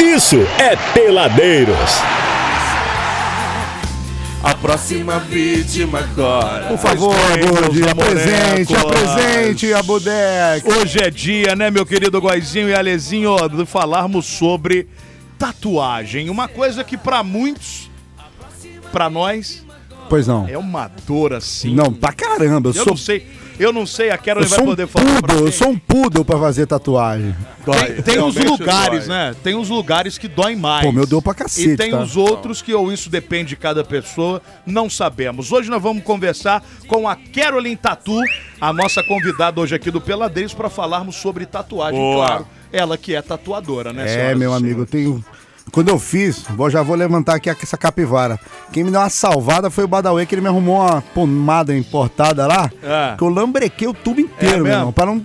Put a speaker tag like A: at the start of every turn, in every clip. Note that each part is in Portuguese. A: isso é Peladeiros.
B: A próxima vítima agora.
C: Por favor, Gordi, apresente, apresente a Budec.
D: Hoje é dia, né, meu querido Goizinho e Alezinho, ó, de falarmos sobre tatuagem. Uma coisa que pra muitos, pra nós,
C: Pois não.
D: é uma dor assim.
C: Não, pra caramba, eu
D: Eu
C: sou.
D: não sei, eu não sei, a Carol
C: Eu
D: vai
C: sou um
D: poder falar pra
C: poodle, eu
D: gente.
C: sou um poodle pra fazer tatuagem.
D: Tem, tem uns
B: Realmente
D: lugares,
B: dói.
D: né? Tem uns lugares que doem mais.
C: Pô, meu deu pra cacete,
D: E tem
C: tá?
D: uns outros que, ou isso depende de cada pessoa, não sabemos. Hoje nós vamos conversar com a Carolyn Tatu, a nossa convidada hoje aqui do Peladeiros, pra falarmos sobre tatuagem,
B: Boa.
D: claro. Ela que é tatuadora, né,
C: É,
D: senhoras
C: meu
D: e
C: amigo, eu
D: senhores?
C: tenho. Quando eu fiz, vou, já vou levantar aqui essa capivara. Quem me deu uma salvada foi o Badawi, que ele me arrumou uma pomada importada lá,
D: Ah.
C: que eu lambrequei o tubo inteiro, meu
D: É mesmo?
C: irmão. Pra não.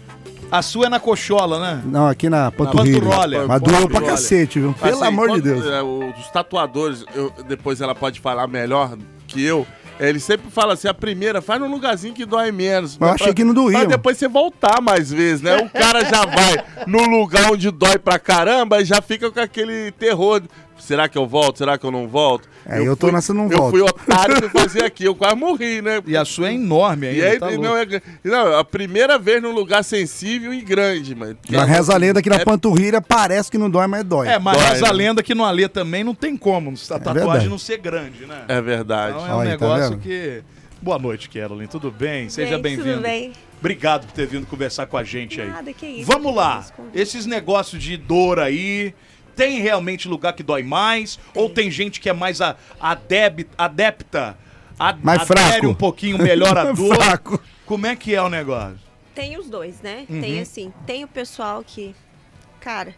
D: A sua é na cochola, né?
C: Não, aqui na panturrilha.
D: panturrolha.
C: Mas doeu pra
B: Panturrolha.
C: cacete, viu? Pelo
B: Assim,
C: amor de
B: quando,
C: Deus.
B: é, o- os tatuadores, eu- depois ela pode falar melhor que eu. Ele sempre fala assim, a primeira faz num lugarzinho que dói menos.
C: Mas eu achei que não doía,
B: Pra
C: mano.
B: depois você voltar mais vezes, né? O cara já vai no lugar onde dói pra caramba e já fica com aquele terror. Será que eu volto? Será que eu não volto?
C: É, eu tô nessa, não
B: eu
C: volto.
B: fui otário de fazer aqui. Eu quase morri, né?
D: E a sua é enorme
B: E
D: ainda,
B: aí,
D: tá louco.
B: não, é, não, a primeira vez num lugar sensível e grande, mano. Porque
C: Mas reza a lenda que na
B: é-
C: panturrilha parece que não dói, mas dói.
D: É, mas
B: Dói,
D: reza a
B: né?
D: lenda que no Alê também não tem como a
C: É verdade.
D: tatuagem não ser grande, né?
B: É verdade.
D: Então é um
C: Olha, tá
D: negócio
C: vendo?
D: que. Boa noite, Carolyn. Tudo bem? Seja
E: Gente,
D: bem-vindo.
E: Tudo bem?
D: Obrigado por ter vindo conversar com a gente aí.
E: Nada, que isso,
D: Vamos
E: que
D: lá.
E: isso, convite.
D: Esses negócios de dor aí. Tem realmente lugar que dói mais? Ou tem gente que é mais a, adeb, adepta? A,
C: Mais
D: adere
C: fraco.
D: um pouquinho melhor a
C: Mais
D: dor?
C: fraco.
D: Como é que é o negócio?
E: Tem os dois, né? Tem assim, tem o pessoal que, cara,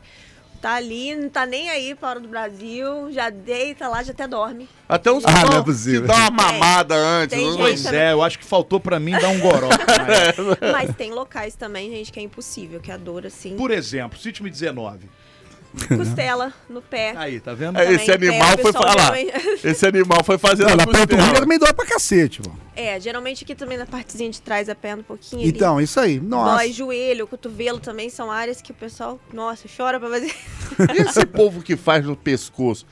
E: tá ali, não tá nem aí pra hora do Brasil, já deita lá, já até dorme.
B: Até uns
C: Ah,
B: que,
C: não
B: dão-
C: é possível.
B: que dão uma mamada antes.
E: Tem
B: não-
E: gente-
D: Pois é, eu acho que faltou pra mim dar um goró. né?
E: Mas tem locais também, gente, que é impossível, que a dor, assim,
D: Por exemplo, sítio 19.
E: costela no pé.
D: Aí, tá vendo?
B: É, esse
E: Também
B: animal
E: pega,
B: foi
E: o pessoal
B: falar.
E: também-
B: Esse animal foi fazer
C: Não,
B: a
C: na panturrilha
B: costela.
C: também dói pra cacete, mano.
E: É, geralmente aqui também na partezinha de trás da perna um pouquinho. ali.
C: Então, isso aí. Nossa.
E: Dói, joelho, cotovelo também são áreas que o pessoal, nossa, chora pra fazer.
C: é
B: E esse povo que faz no pescoço?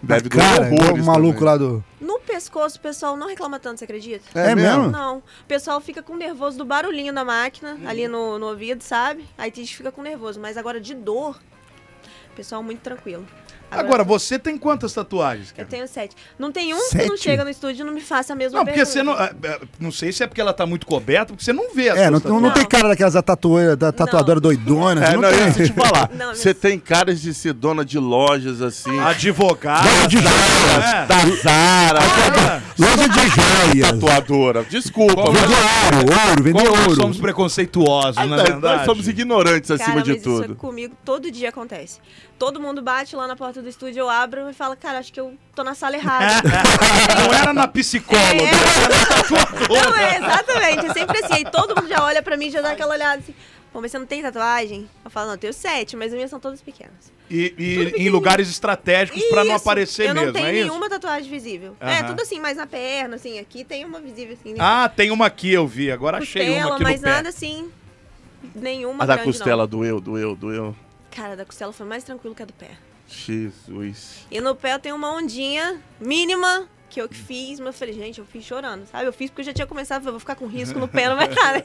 B: Deve
C: Cara,
B: doer
C: igual
B: horrores
C: o maluco
B: também.
C: lá do.
E: No pescoço, o pessoal não reclama tanto, você acredita?
C: É, mesmo?
E: Não. O pessoal fica com nervoso do barulhinho da máquina ali no, no ouvido, sabe? Aí a gente fica com nervoso. Mas agora de dor, o pessoal é muito tranquilo.
D: Agora, você tem quantas tatuagens?
E: Eu
D: Carolyn?
E: tenho sete. Não tem um que não
C: Sete?
E: chega no estúdio e não me faça a mesma
D: Não, porque
E: pergunta.
D: você não. ah, ah, Não sei se é porque ela tá muito coberta, porque você não vê as
C: É, não,
D: suas
C: não,
D: tatuagens.
C: tem cara daquelas da tatueira, da tatuadora doidona.
B: É,
C: não,
B: não, eu ia
C: tem.
B: te falar.
E: Não, Ah,
B: Você
E: mas-
B: tem caras de ser dona de lojas assim.
D: Advogada.
C: Loja É de
D: né?
B: Da Zara,
C: Loja de
B: é
C: joias.
B: tatuadora. Desculpa,
D: Como
B: mas
C: Vender ouro, ouro,
D: Como
C: vender
D: nós
C: ouro.
D: somos preconceituosos,
C: é
D: na
B: nós-
D: verdade.
B: nós somos ignorantes acima
E: Cara,
B: de
E: mas isso é
B: tudo.
E: comigo todo dia acontece. Todo mundo bate lá na porta do estúdio, eu abro e falo, cara, acho que eu tô na sala errada.
D: É. Não era na psicóloga,
E: É.
D: era na tatuadora.
E: Não, é, exatamente. É sempre assim. Aí todo mundo já olha pra mim e já dá aquela olhada assim. Pô, mas você não tem tatuagem? Eu falo, não, eu tenho sete, mas as minhas são todas pequenas.
D: E, e em lugares estratégicos pra não
E: Isso,
D: aparecer
E: eu
D: mesmo,
E: não tenho
D: é isso?
E: nenhuma tatuagem visível. É,
D: Aham.
E: tudo assim, mais na perna, assim, aqui tem uma visível assim. né?
D: Ah, tem uma aqui, eu vi. Agora achei uma
E: costela,
D: aqui no
E: mas
D: pé.
E: nada assim. Nenhuma
B: A Ah, da
E: grande, não.
B: costela doeu, doeu, doeu.
E: Cara, a da costela foi mais tranquilo que a do pé.
B: Jesus.
E: E no pé eu tenho uma ondinha mínima que eu que fiz, mas eu falei, gente, eu fiz chorando, sabe? Eu fiz porque eu já tinha começado, eu falei, vou ficar com risco no pé, não vai dar, né?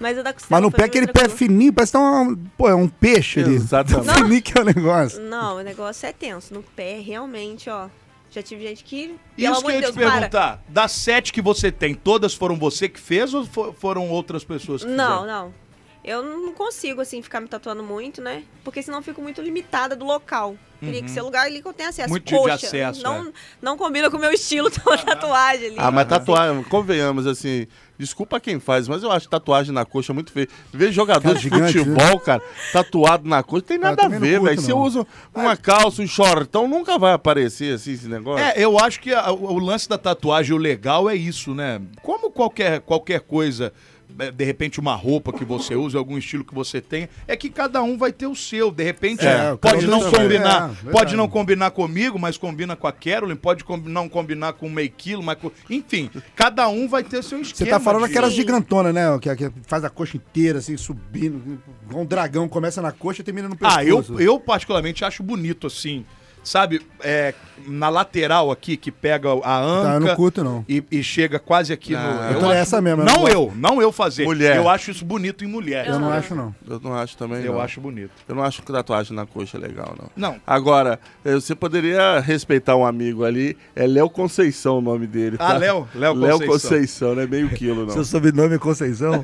E: Mas a da costela.
C: Mas no
E: foi
C: pé,
E: mais
C: aquele pé
E: tranquila.
C: fininho, parece que tá um, pô, é um peixe ali.
B: Exatamente.
C: Tão Fininho que é o negócio.
E: Não, o negócio é tenso. No pé, realmente, ó. Já tive gente que.
D: E Isso que eu ia te perguntar, das sete que você tem, todas foram você que fez ou fo- foram outras pessoas que
E: Não,
D: fizeram?
E: não. Eu não consigo, assim, ficar me tatuando muito, né? Porque senão eu fico muito limitada do local. Teria que ser lugar ali que eu tenha acesso.
D: Uhum. Muito de
E: Coxa,
D: acesso, é.
E: Não, não combina com o meu estilo ter uma tatuagem ali.
B: Ah, mas tatuagem, convenhamos, assim, desculpa quem faz, mas eu acho tatuagem na coxa muito feio. Ver jogador
C: Cara,
B: de
C: gigante,
B: futebol, cara, tatuado na coxa, tem
C: Ah,
B: nada a
C: também não
B: ver,
C: curto,
B: velho. Se eu
C: não.
B: uso uma calça, um shortão, nunca vai aparecer, assim, esse negócio.
D: É, eu acho que a- o o lance da tatuagem, o legal é isso, né? Como qualquer, qualquer coisa eh, de repente uma roupa que você usa, algum estilo que você tenha, é que cada um vai ter o seu. De repente
C: É, cada
D: pode
C: um
D: não
C: tem o seu. É,
D: combinar,
C: verdade.
D: pode não combinar comigo, mas combina com a Carolyn, pode com- não combinar com o Meikilo, mas com- enfim, cada um vai ter seu
C: Você
D: esquema.
C: tá falando
D: de-
C: aquelas gigantonas, né? Que, que faz a coxa inteira, assim, subindo. igual Um dragão começa na coxa e termina no pescoço.
D: Ah, eu, eu particularmente acho bonito assim. Sabe, é, na lateral aqui, que pega a anca
C: Tá, eu não curto, não.
D: E, e chega quase aqui no...
C: então é
D: acho-
C: essa mesmo, eu
D: Não
C: não
D: eu, não eu fazer.
B: Mulher.
D: Eu acho isso bonito em mulher.
C: Eu não acho, não.
B: Eu não acho também.
D: Eu
B: não.
D: acho bonito.
B: Eu não acho que tatuagem na coxa é legal, não.
D: Não.
B: Agora, eh, você poderia respeitar um amigo ali. É Léo Conceição o nome dele. tá?
D: Ah, Léo- Léo
B: Léo
D: Conceição.
B: Conceição, não é meio quilo, não.
C: sobrenome é Conceição?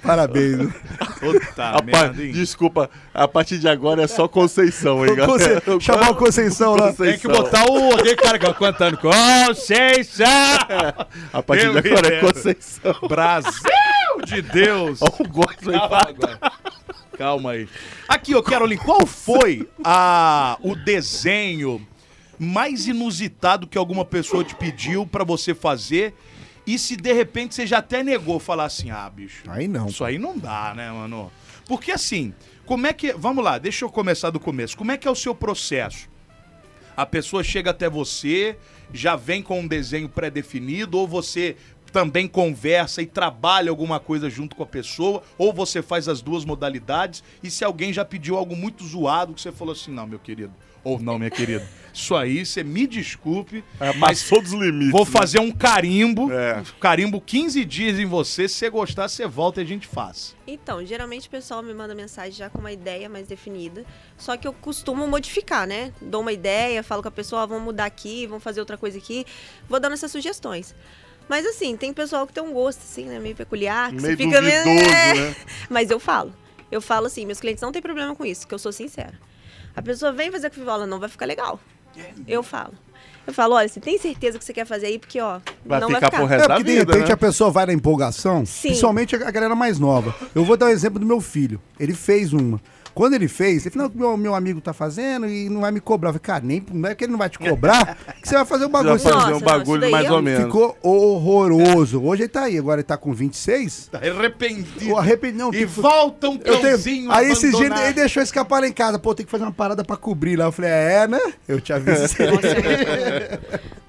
C: Parabéns. né?
D: Puta
B: Apa- Desculpa, a partir de agora é só Conceição, hein, galera?
C: Chamar o Conceição lá.
B: Conceição.
D: o Odeio Cargão cantando. Conceição!
B: A partir de
D: Eu me
B: agora é
D: lembro.
B: Conceição.
D: Brasil de Deus!
B: Olha o gosto aí.
D: Calma, agora. Calma aí. Aqui, ô Carolyn, qual foi a, o desenho mais inusitado que alguma pessoa te pediu pra você fazer? E se de repente você já até negou falar assim, ah, bicho.
C: Aí não.
D: Isso aí não dá, né, mano? Porque assim, como é que. Vamos lá, deixa eu começar do começo. Como é que é o seu processo? A pessoa chega até você, já vem com um desenho pré-definido, ou você também conversa e trabalha alguma coisa junto com a pessoa, ou você faz as duas modalidades, e se alguém já pediu algo muito zoado, que você falou assim, não, meu querido, ou não, minha querida, isso aí, você me desculpe, mas
B: Passou dos limites.
D: Vou fazer um carimbo.
B: É.
D: Carimbo 15 dias em você. Se você gostar, você volta e a gente faz.
E: Então, geralmente o pessoal me manda mensagem já com uma ideia mais definida. Só que eu costumo modificar, né? Dou uma ideia, falo com a pessoa, "Ah, vamos mudar aqui, vamos fazer outra coisa aqui. Vou dando essas sugestões. Mas assim, tem pessoal que tem um gosto, assim, né? Meio peculiar, que
B: Meio
E: você fica
B: duvidoso,
E: É.
B: né?
E: Mas eu falo. Eu falo assim, meus clientes não tem problema com isso, que eu sou sincera. A pessoa vem fazer com fala, não vai ficar legal.
B: É
E: Eu falo. Eu falo, olha, você tem certeza que você quer fazer aí? Porque, ó,
B: Vai
E: não vai
B: ficar
E: ficar.
B: pro resto
C: É
B: da
C: porque de
B: vida,
C: repente
B: né?
C: a pessoa vai na empolgação,
E: Sim.
C: principalmente a galera mais nova. Eu vou dar o exemplo do meu filho. Ele fez uma. Quando ele fez, ele falou, não, meu, meu amigo tá fazendo e não vai me cobrar. Eu falei, cara, nem, não é que ele não vai te cobrar, que você vai fazer o bagulho.
B: Vai fazer um
E: Nossa,
B: bagulho
E: não, isso daí
B: mais
E: é
B: ou
E: um-
B: menos.
C: Ficou horroroso. Hoje ele tá aí, agora ele tá com 26.
D: Tá arrependido.
C: Eu arrependi, não,
D: E
C: tipo,
D: volta um
C: eu tenho-
D: cãozinho
C: Aí esses dias
D: abandonado.
C: ele deixou escapar lá em casa. Pô, tem que fazer uma parada pra cobrir lá. Eu falei, é, né? Eu te avisei.
E: Nossa,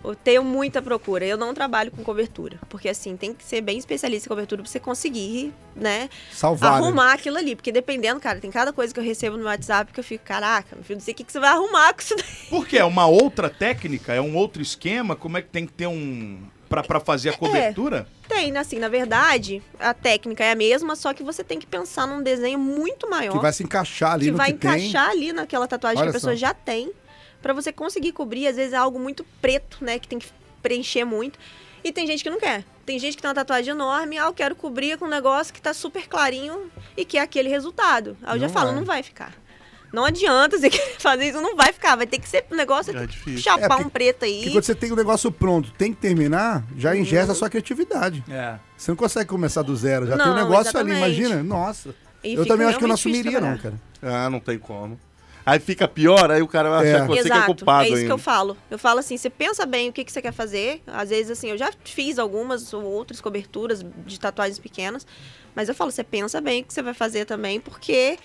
E: Eu tenho muita procura. Eu não trabalho com cobertura. Porque, assim, tem que ser bem especialista em cobertura pra você conseguir, né?
C: Salvar, né?
E: Arrumar aquilo ali. Porque dependendo, cara, tem cada coisa que eu recebo no WhatsApp que eu fico, caraca, meu filho, não sei o que, que você vai arrumar com isso daí.
D: Por quê? É uma outra técnica? É um outro esquema? Como é que tem que ter um... Pra, pra fazer a cobertura?
E: Tem, né? assim, na verdade, a técnica é a mesma, só que você tem que pensar num desenho muito maior.
C: Que vai se encaixar ali
E: que
C: no
E: vai
C: que tem.
E: encaixar ali naquela tatuagem
C: Olha
E: que a pessoa
C: só.
E: já tem, Pra você conseguir cobrir, às vezes é algo muito preto, né, que tem que preencher muito. E tem gente que não quer. Tem gente que tem uma tatuagem enorme, ah, eu quero cobrir com um negócio que tá super clarinho e que é aquele resultado. Aí eu já
C: Não
E: falo,
C: é.
E: não vai ficar. Não adianta você querer fazer isso, não vai ficar. Vai ter que ser um negócio,
B: É
E: é
B: difícil.
E: chapar
C: É, porque-
E: um preto aí.
C: Porque quando você tem o negócio pronto, tem que terminar, já ingesta a sua criatividade.
D: É.
C: Você não consegue começar do zero, já
E: Uhum. Não,
C: tem o negócio ali,
E: exatamente.
C: imagina. Nossa.
E: E
C: eu
E: fica
C: também acho que eu não
E: realmente difícil
C: assumiria, não,
E: trabalhar.
C: cara.
B: Ah, não tem como. Aí fica pior, aí o cara vai achar
C: É.
B: que você que é
E: Exato,
B: culpado
E: é isso que
B: ainda.
E: eu falo. Eu falo assim, você pensa bem o que, que você quer fazer. Às vezes, assim, eu já fiz algumas ou outras coberturas de tatuagens pequenas. Mas eu falo, você pensa bem o que você vai fazer também, porque...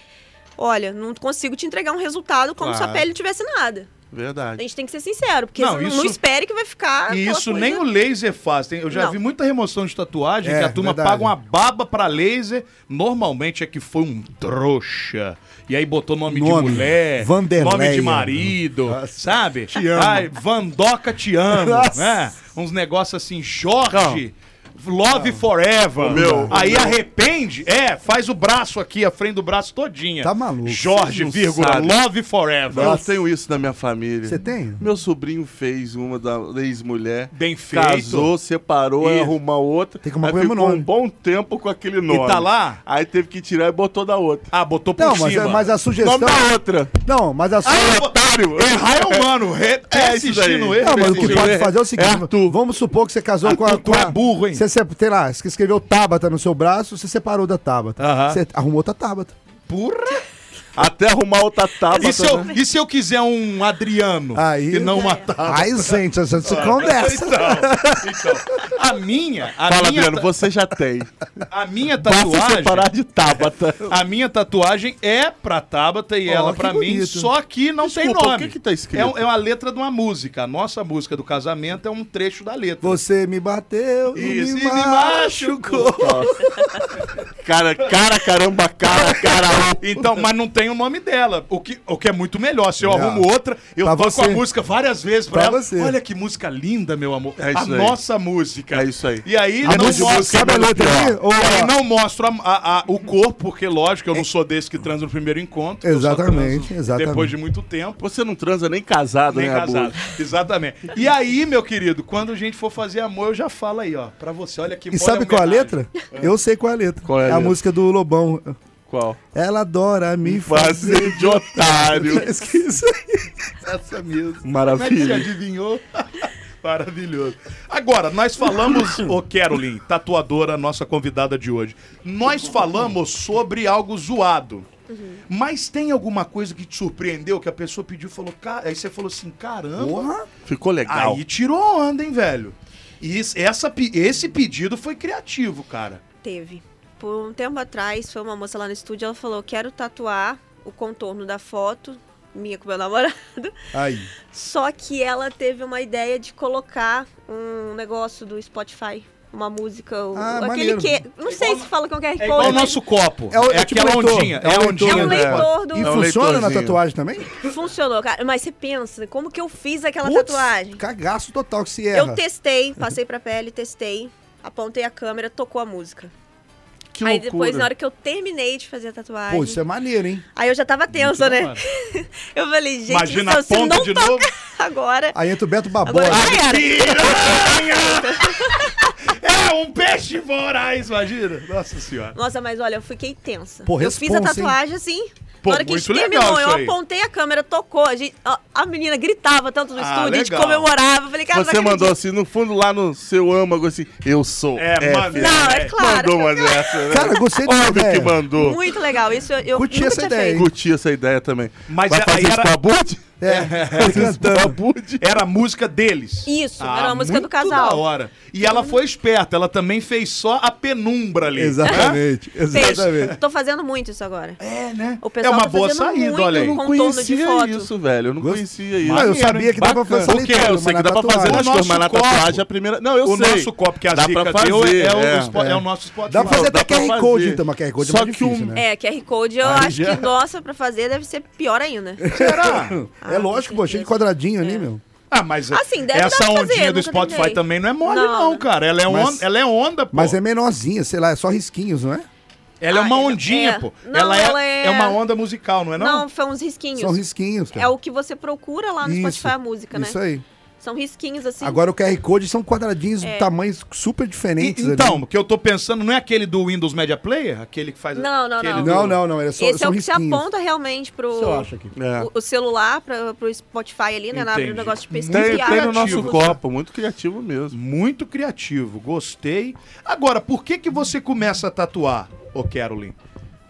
E: Olha, não consigo te entregar um resultado como se a
B: Claro.
E: pele não tivesse nada.
B: Verdade.
E: A gente tem que ser sincero, porque
D: Não,
E: você não,
D: isso-
E: não espere que vai ficar.
D: E
E: aquela
D: isso
E: coisa-
D: nem o laser faz. Tem- Eu já
E: Não.
D: vi muita remoção de tatuagem
C: É,
D: que a turma
C: verdade.
D: paga uma baba pra laser. Normalmente é que foi um trouxa. E aí botou nome,
C: Nome.
D: de mulher,
C: Vanderleia.
D: nome de marido,
C: Nossa.
D: sabe?
C: Te amo.
D: Ai, Vandoca te amo,
C: Nossa.
D: né? Uns negócios assim, Jorge. Love forever.
B: meu,
D: aí
B: o meu.
D: arrepende, é, faz o braço aqui, a frente do braço todinha.
C: Tá maluco.
B: Vocês
D: Jorge,
B: não
D: vírgula,
B: sabem.
D: love forever.
B: Eu tenho isso na minha família.
C: Você tem?
B: Meu sobrinho fez uma da ex-mulher.
D: Bem feito.
B: Casou, separou,
D: Isso.
B: ia arrumar outra.
C: Tem que arrumar
B: aí
C: com o mesmo
B: ficou
C: nome.
B: um bom tempo com aquele nome.
D: tá lá?
B: Aí teve que tirar e botou da outra.
D: Ah, botou por
C: Não,
D: cima.
C: mas, é, mas a sugestão.
B: Nome da outra.
C: Não, mas a sugestão.
D: Ah,
B: Otário.
D: Errar é humano. Re... É
B: isso daí.
D: assistindo
C: Não,
D: erro.
C: mas o que
B: Arthur.
C: pode fazer é o seguinte:
B: É Arthur.
C: vamos supor que você casou com a.
D: Arthur,
C: Com
D: tu
C: a
D: é burro, hein?
C: Você, se- sei lá, você escreveu Tabata no seu braço, você separou da Tabata.
D: Aham.
C: Você arrumou outra Tabata.
D: Porra!
B: Até arrumar outra tábua.
D: E se, eu, e se eu quiser um Adriano
C: Tá Aí-
D: e não uma
E: Já
D: Tabata? Ah,
C: Ai, gente, a gente se conversa.
D: Então, então, a minha, a
B: Fala,
D: minha,
B: Adriano,
D: ta-
B: você já tem.
D: a minha
B: Basta
D: tatuagem,
B: separar de Tabata.
D: a minha tatuagem é pra Tabata e
C: Ó,
D: ela
C: que
D: pra mim,
C: bonito.
D: só que não
B: Desculpa,
D: tem
B: o
D: nome.
B: que que tá escrito?
D: É, um- é uma letra de uma música. A nossa música do casamento é um trecho da letra.
C: Você me bateu
D: Isso,
C: e me machucou.
B: Cara, cara, caramba, cara, cara.
D: Então, mas não tem o nome dela. O que, o que é muito melhor. Se eu
C: Não.
D: arrumo outra, eu
C: Pra
D: toco a
C: você.
D: música várias vezes pra,
C: Pra
D: ela.
C: você.
D: Olha que música linda, meu amor.
B: É
D: a
B: isso aí.
D: nossa música.
B: É isso aí.
D: E aí,
C: A
D: não
C: música- é
D: mostro,
C: sabe a letra aí? Ou
D: E aí
C: a-
D: não mostro a- a- a- o corpo, porque lógico, eu não sou desse que transa no primeiro encontro. eu só
C: Exatamente,
D: transo
C: exatamente. é
D: Depois de muito tempo.
B: Você não transa nem casado,
D: Nem
B: né,
D: casado.
B: Abu?
D: Exatamente. E aí, meu querido, quando a gente for fazer amor, eu já falo aí, ó, pra você. Olha que
C: E sabe qual é a letra? Eu sei qual é a letra.
B: Qual é a
C: é a
B: letra?
C: música do Lobão.
B: Qual?
C: Ela adora me fazer.
B: Fazer de otário.
C: Esqueci.
D: Essa mesmo.
B: Tá
D: Como é que você
B: Maravilha.
D: adivinhou? Maravilhoso. Agora, nós falamos, ô Caroline, tatuadora, nossa convidada de hoje. Nós falamos sobre algo zoado. Uhum. Mas tem alguma coisa que te surpreendeu, que a pessoa pediu e falou, "Ca-" aí você falou assim, caramba,
B: Ficou legal.
D: aí tirou onda, hein, velho? E isso- essa, pe- esse pedido foi criativo, cara.
E: Teve. Por um tempo atrás, foi uma moça lá no estúdio, ela falou: quero tatuar o contorno da foto, minha com meu namorado.
C: Aí.
E: Só que ela teve uma ideia de colocar um negócio do Spotify. Uma música, o-
C: Ah,
E: aquele
C: maneiro.
E: que. Não sei se fala com QR Code.
D: É igual o
E: mas
D: nosso copo. É,
C: o- tipo
D: aquela
C: leitor,
D: ondinha.
C: o
D: É, a
C: leitor,
D: ondinha.
E: É um
D: do
C: né?
D: copo.
E: leitor do-
C: E
E: É um
C: funciona na
B: leitorzinho.
C: tatuagem também?
E: Funcionou, cara. Mas você pensa, né, como que eu fiz aquela
C: Putz,
E: tatuagem?
C: Cagaço total que se erra.
E: Eu testei, passei pra pele, testei, apontei a câmera, tocou a música.
B: Que
E: Aí
B: loucura.
E: depois, na hora que eu terminei de fazer a tatuagem,
C: Pô, isso é maneiro, hein?
E: aí eu já tava tensa, né?
D: da hora.
E: eu falei, gente,
D: Imagina
E: do
D: a
E: céu, se
D: ponta
E: não
D: de
E: tocar
D: novo.
E: agora,
C: Aí entra o Beto
E: agora
C: Babosa.
E: já era.
D: É um peixe voraz, imagina. Nossa senhora.
E: Nossa, mas olha, eu fiquei tensa.
C: Pô,
E: eu fiz a
C: responsa, hein?
E: tatuagem assim.
D: Pô,
E: na hora que a
D: muito
E: gente
D: legal
E: terminou,
D: isso
E: eu
D: aí.
E: apontei a câmera, tocou. A, gente, a, a menina gritava tanto no
D: Ah,
E: estúdio, a gente
D: legal.
E: comemorava. Eu falei, cara,
B: Você
E: não
B: mandou
E: acredito.
B: assim, no fundo, lá no seu âmago, assim, eu sou.
D: É,
B: F.
D: mano.
E: Não, é claro.
B: Mandou uma dessa, né?
C: Cara, gostei dessa
B: Óbvio que
C: ideia.
B: mandou.
E: Muito legal. Isso eu, eu
C: Curti
E: nunca
C: essa
E: tinha
C: ideia,
E: feito.
B: Curti essa ideia também.
D: Mas
B: Vai
D: a-
B: fazer
D: aí
B: isso
D: era-
B: com a Bud?
C: É, cantando.
B: Bud?
D: Era a música deles. Ah,
E: Isso, era uma música do
D: muito
E: casal.
D: Da hora. E ela foi esperta, ela também fez só a penumbra ali. né?
C: Exatamente,
E: Fez.
C: exatamente.
E: Tô fazendo muito isso agora.
D: É, né?
E: O pessoal
D: é uma
E: tá
D: boa
E: fazendo
D: saída,
E: muito
D: olha aí.
E: com- Contorno de foto.
B: isso, velho. Eu não
C: Gost-
B: conhecia isso.
C: Não, eu
D: Maneiro,
C: sabia que dá pra
D: Bacana.
C: fazer
B: Porque
C: leitura,
D: é
B: eu
C: mas
B: sei que
C: na
B: dá pra fazer
C: tatuagem.
B: nas coisas, mas na
D: O nosso
B: tatuagem
D: copo.
B: é a primeira. Não, eu
D: o
B: sei.
D: nosso copo que a
B: Dá
D: Zica
B: pra fazer,
D: deu é, o,
B: é.
D: spo- é o nosso spot.
C: Dá pra fazer
B: dá
C: até
B: pra
C: QR Code,
B: fazer.
C: então, mas QR Code
B: Só
C: é mais
B: que um-
C: difícil, né?
E: É, QR Code, eu
C: Aí
E: acho
C: já-
E: que, nossa, pra fazer deve ser pior ainda.
C: Será? é
E: Ah,
C: lógico,
E: com
C: pô, cheio de quadradinho
E: É.
C: ali, meu.
D: Ah, mas
E: Assim, deve dar
D: essa
E: pra fazer,
D: ondinha do
E: nunca
D: Spotify
E: tentei.
D: também não é mole, não,
E: Não, né? não.
D: cara. Ela é,
C: Mas-
D: on- ela é onda, pô.
C: Mas é menorzinha, sei lá, é só risquinhos, não é?
D: Ela é uma
E: Ah,
D: ondinha,
E: é.
D: pô.
E: Não,
D: ela, é,
E: ela é-
D: é uma onda musical, não é não?
E: Não, foi uns risquinhos.
C: São risquinhos, cara.
E: É o que você procura lá no
C: Isso,
E: Spotify a música, né?
C: Isso aí.
E: São risquinhos assim.
C: Agora o QR Code são quadradinhos
E: É.
C: de tamanhos super
D: E-
C: diferentes
D: então,
C: ali.
D: o que eu tô pensando não é aquele do Windows Media Player? Aquele que faz...
E: Não, não,
D: aquele
E: não.
D: do-
C: Não, não, não, é só,
E: Esse é
C: são
E: o que se
C: risquinhos.
E: aponta realmente pro
C: O que você acha aqui?
B: É.
E: o, o celular, pra, pro Spotify ali, né? Na,
D: Entendi.
E: no negócio de
D: Muito
E: pesquisa.
B: Tem,
E: e
B: tem no nosso
E: artigos.
B: copo, muito criativo mesmo.
D: Muito criativo, gostei. Agora, por que que você começa a tatuar, ô Caroline?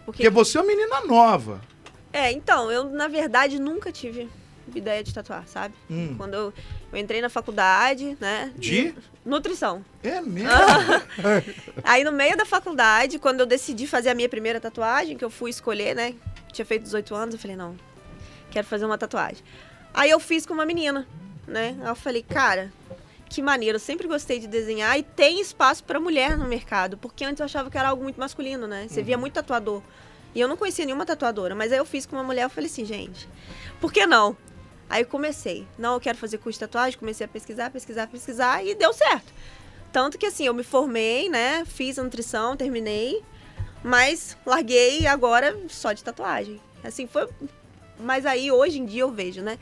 D: Porque
E: Porque,
D: você é uma menina nova.
E: é, então, eu na verdade nunca tive ideia de tatuar, sabe?
B: Hum.
E: Quando eu, eu entrei na faculdade, né?
D: De?
E: Nutrição.
D: É mesmo?
E: Ah, Aí no meio da faculdade, quando eu decidi fazer a minha primeira tatuagem, que eu fui escolher, né? Tinha feito 18 anos, eu falei, não, quero fazer uma tatuagem. Aí eu fiz com uma menina, né? Aí eu falei, cara, que maneiro, eu sempre gostei de desenhar e tem espaço pra mulher no mercado, porque antes eu achava que era algo muito masculino, né? Você via muito tatuador. E eu não conhecia nenhuma tatuadora, mas aí eu fiz com uma mulher, eu falei assim, gente, por que não? Aí eu comecei. Não, eu quero fazer curso de tatuagem, comecei a pesquisar, pesquisar, pesquisar e deu certo. Tanto que assim, eu me formei, né? Fiz a nutrição, terminei, mas larguei agora só de tatuagem. Assim, foi. Mas aí hoje em dia eu vejo, né?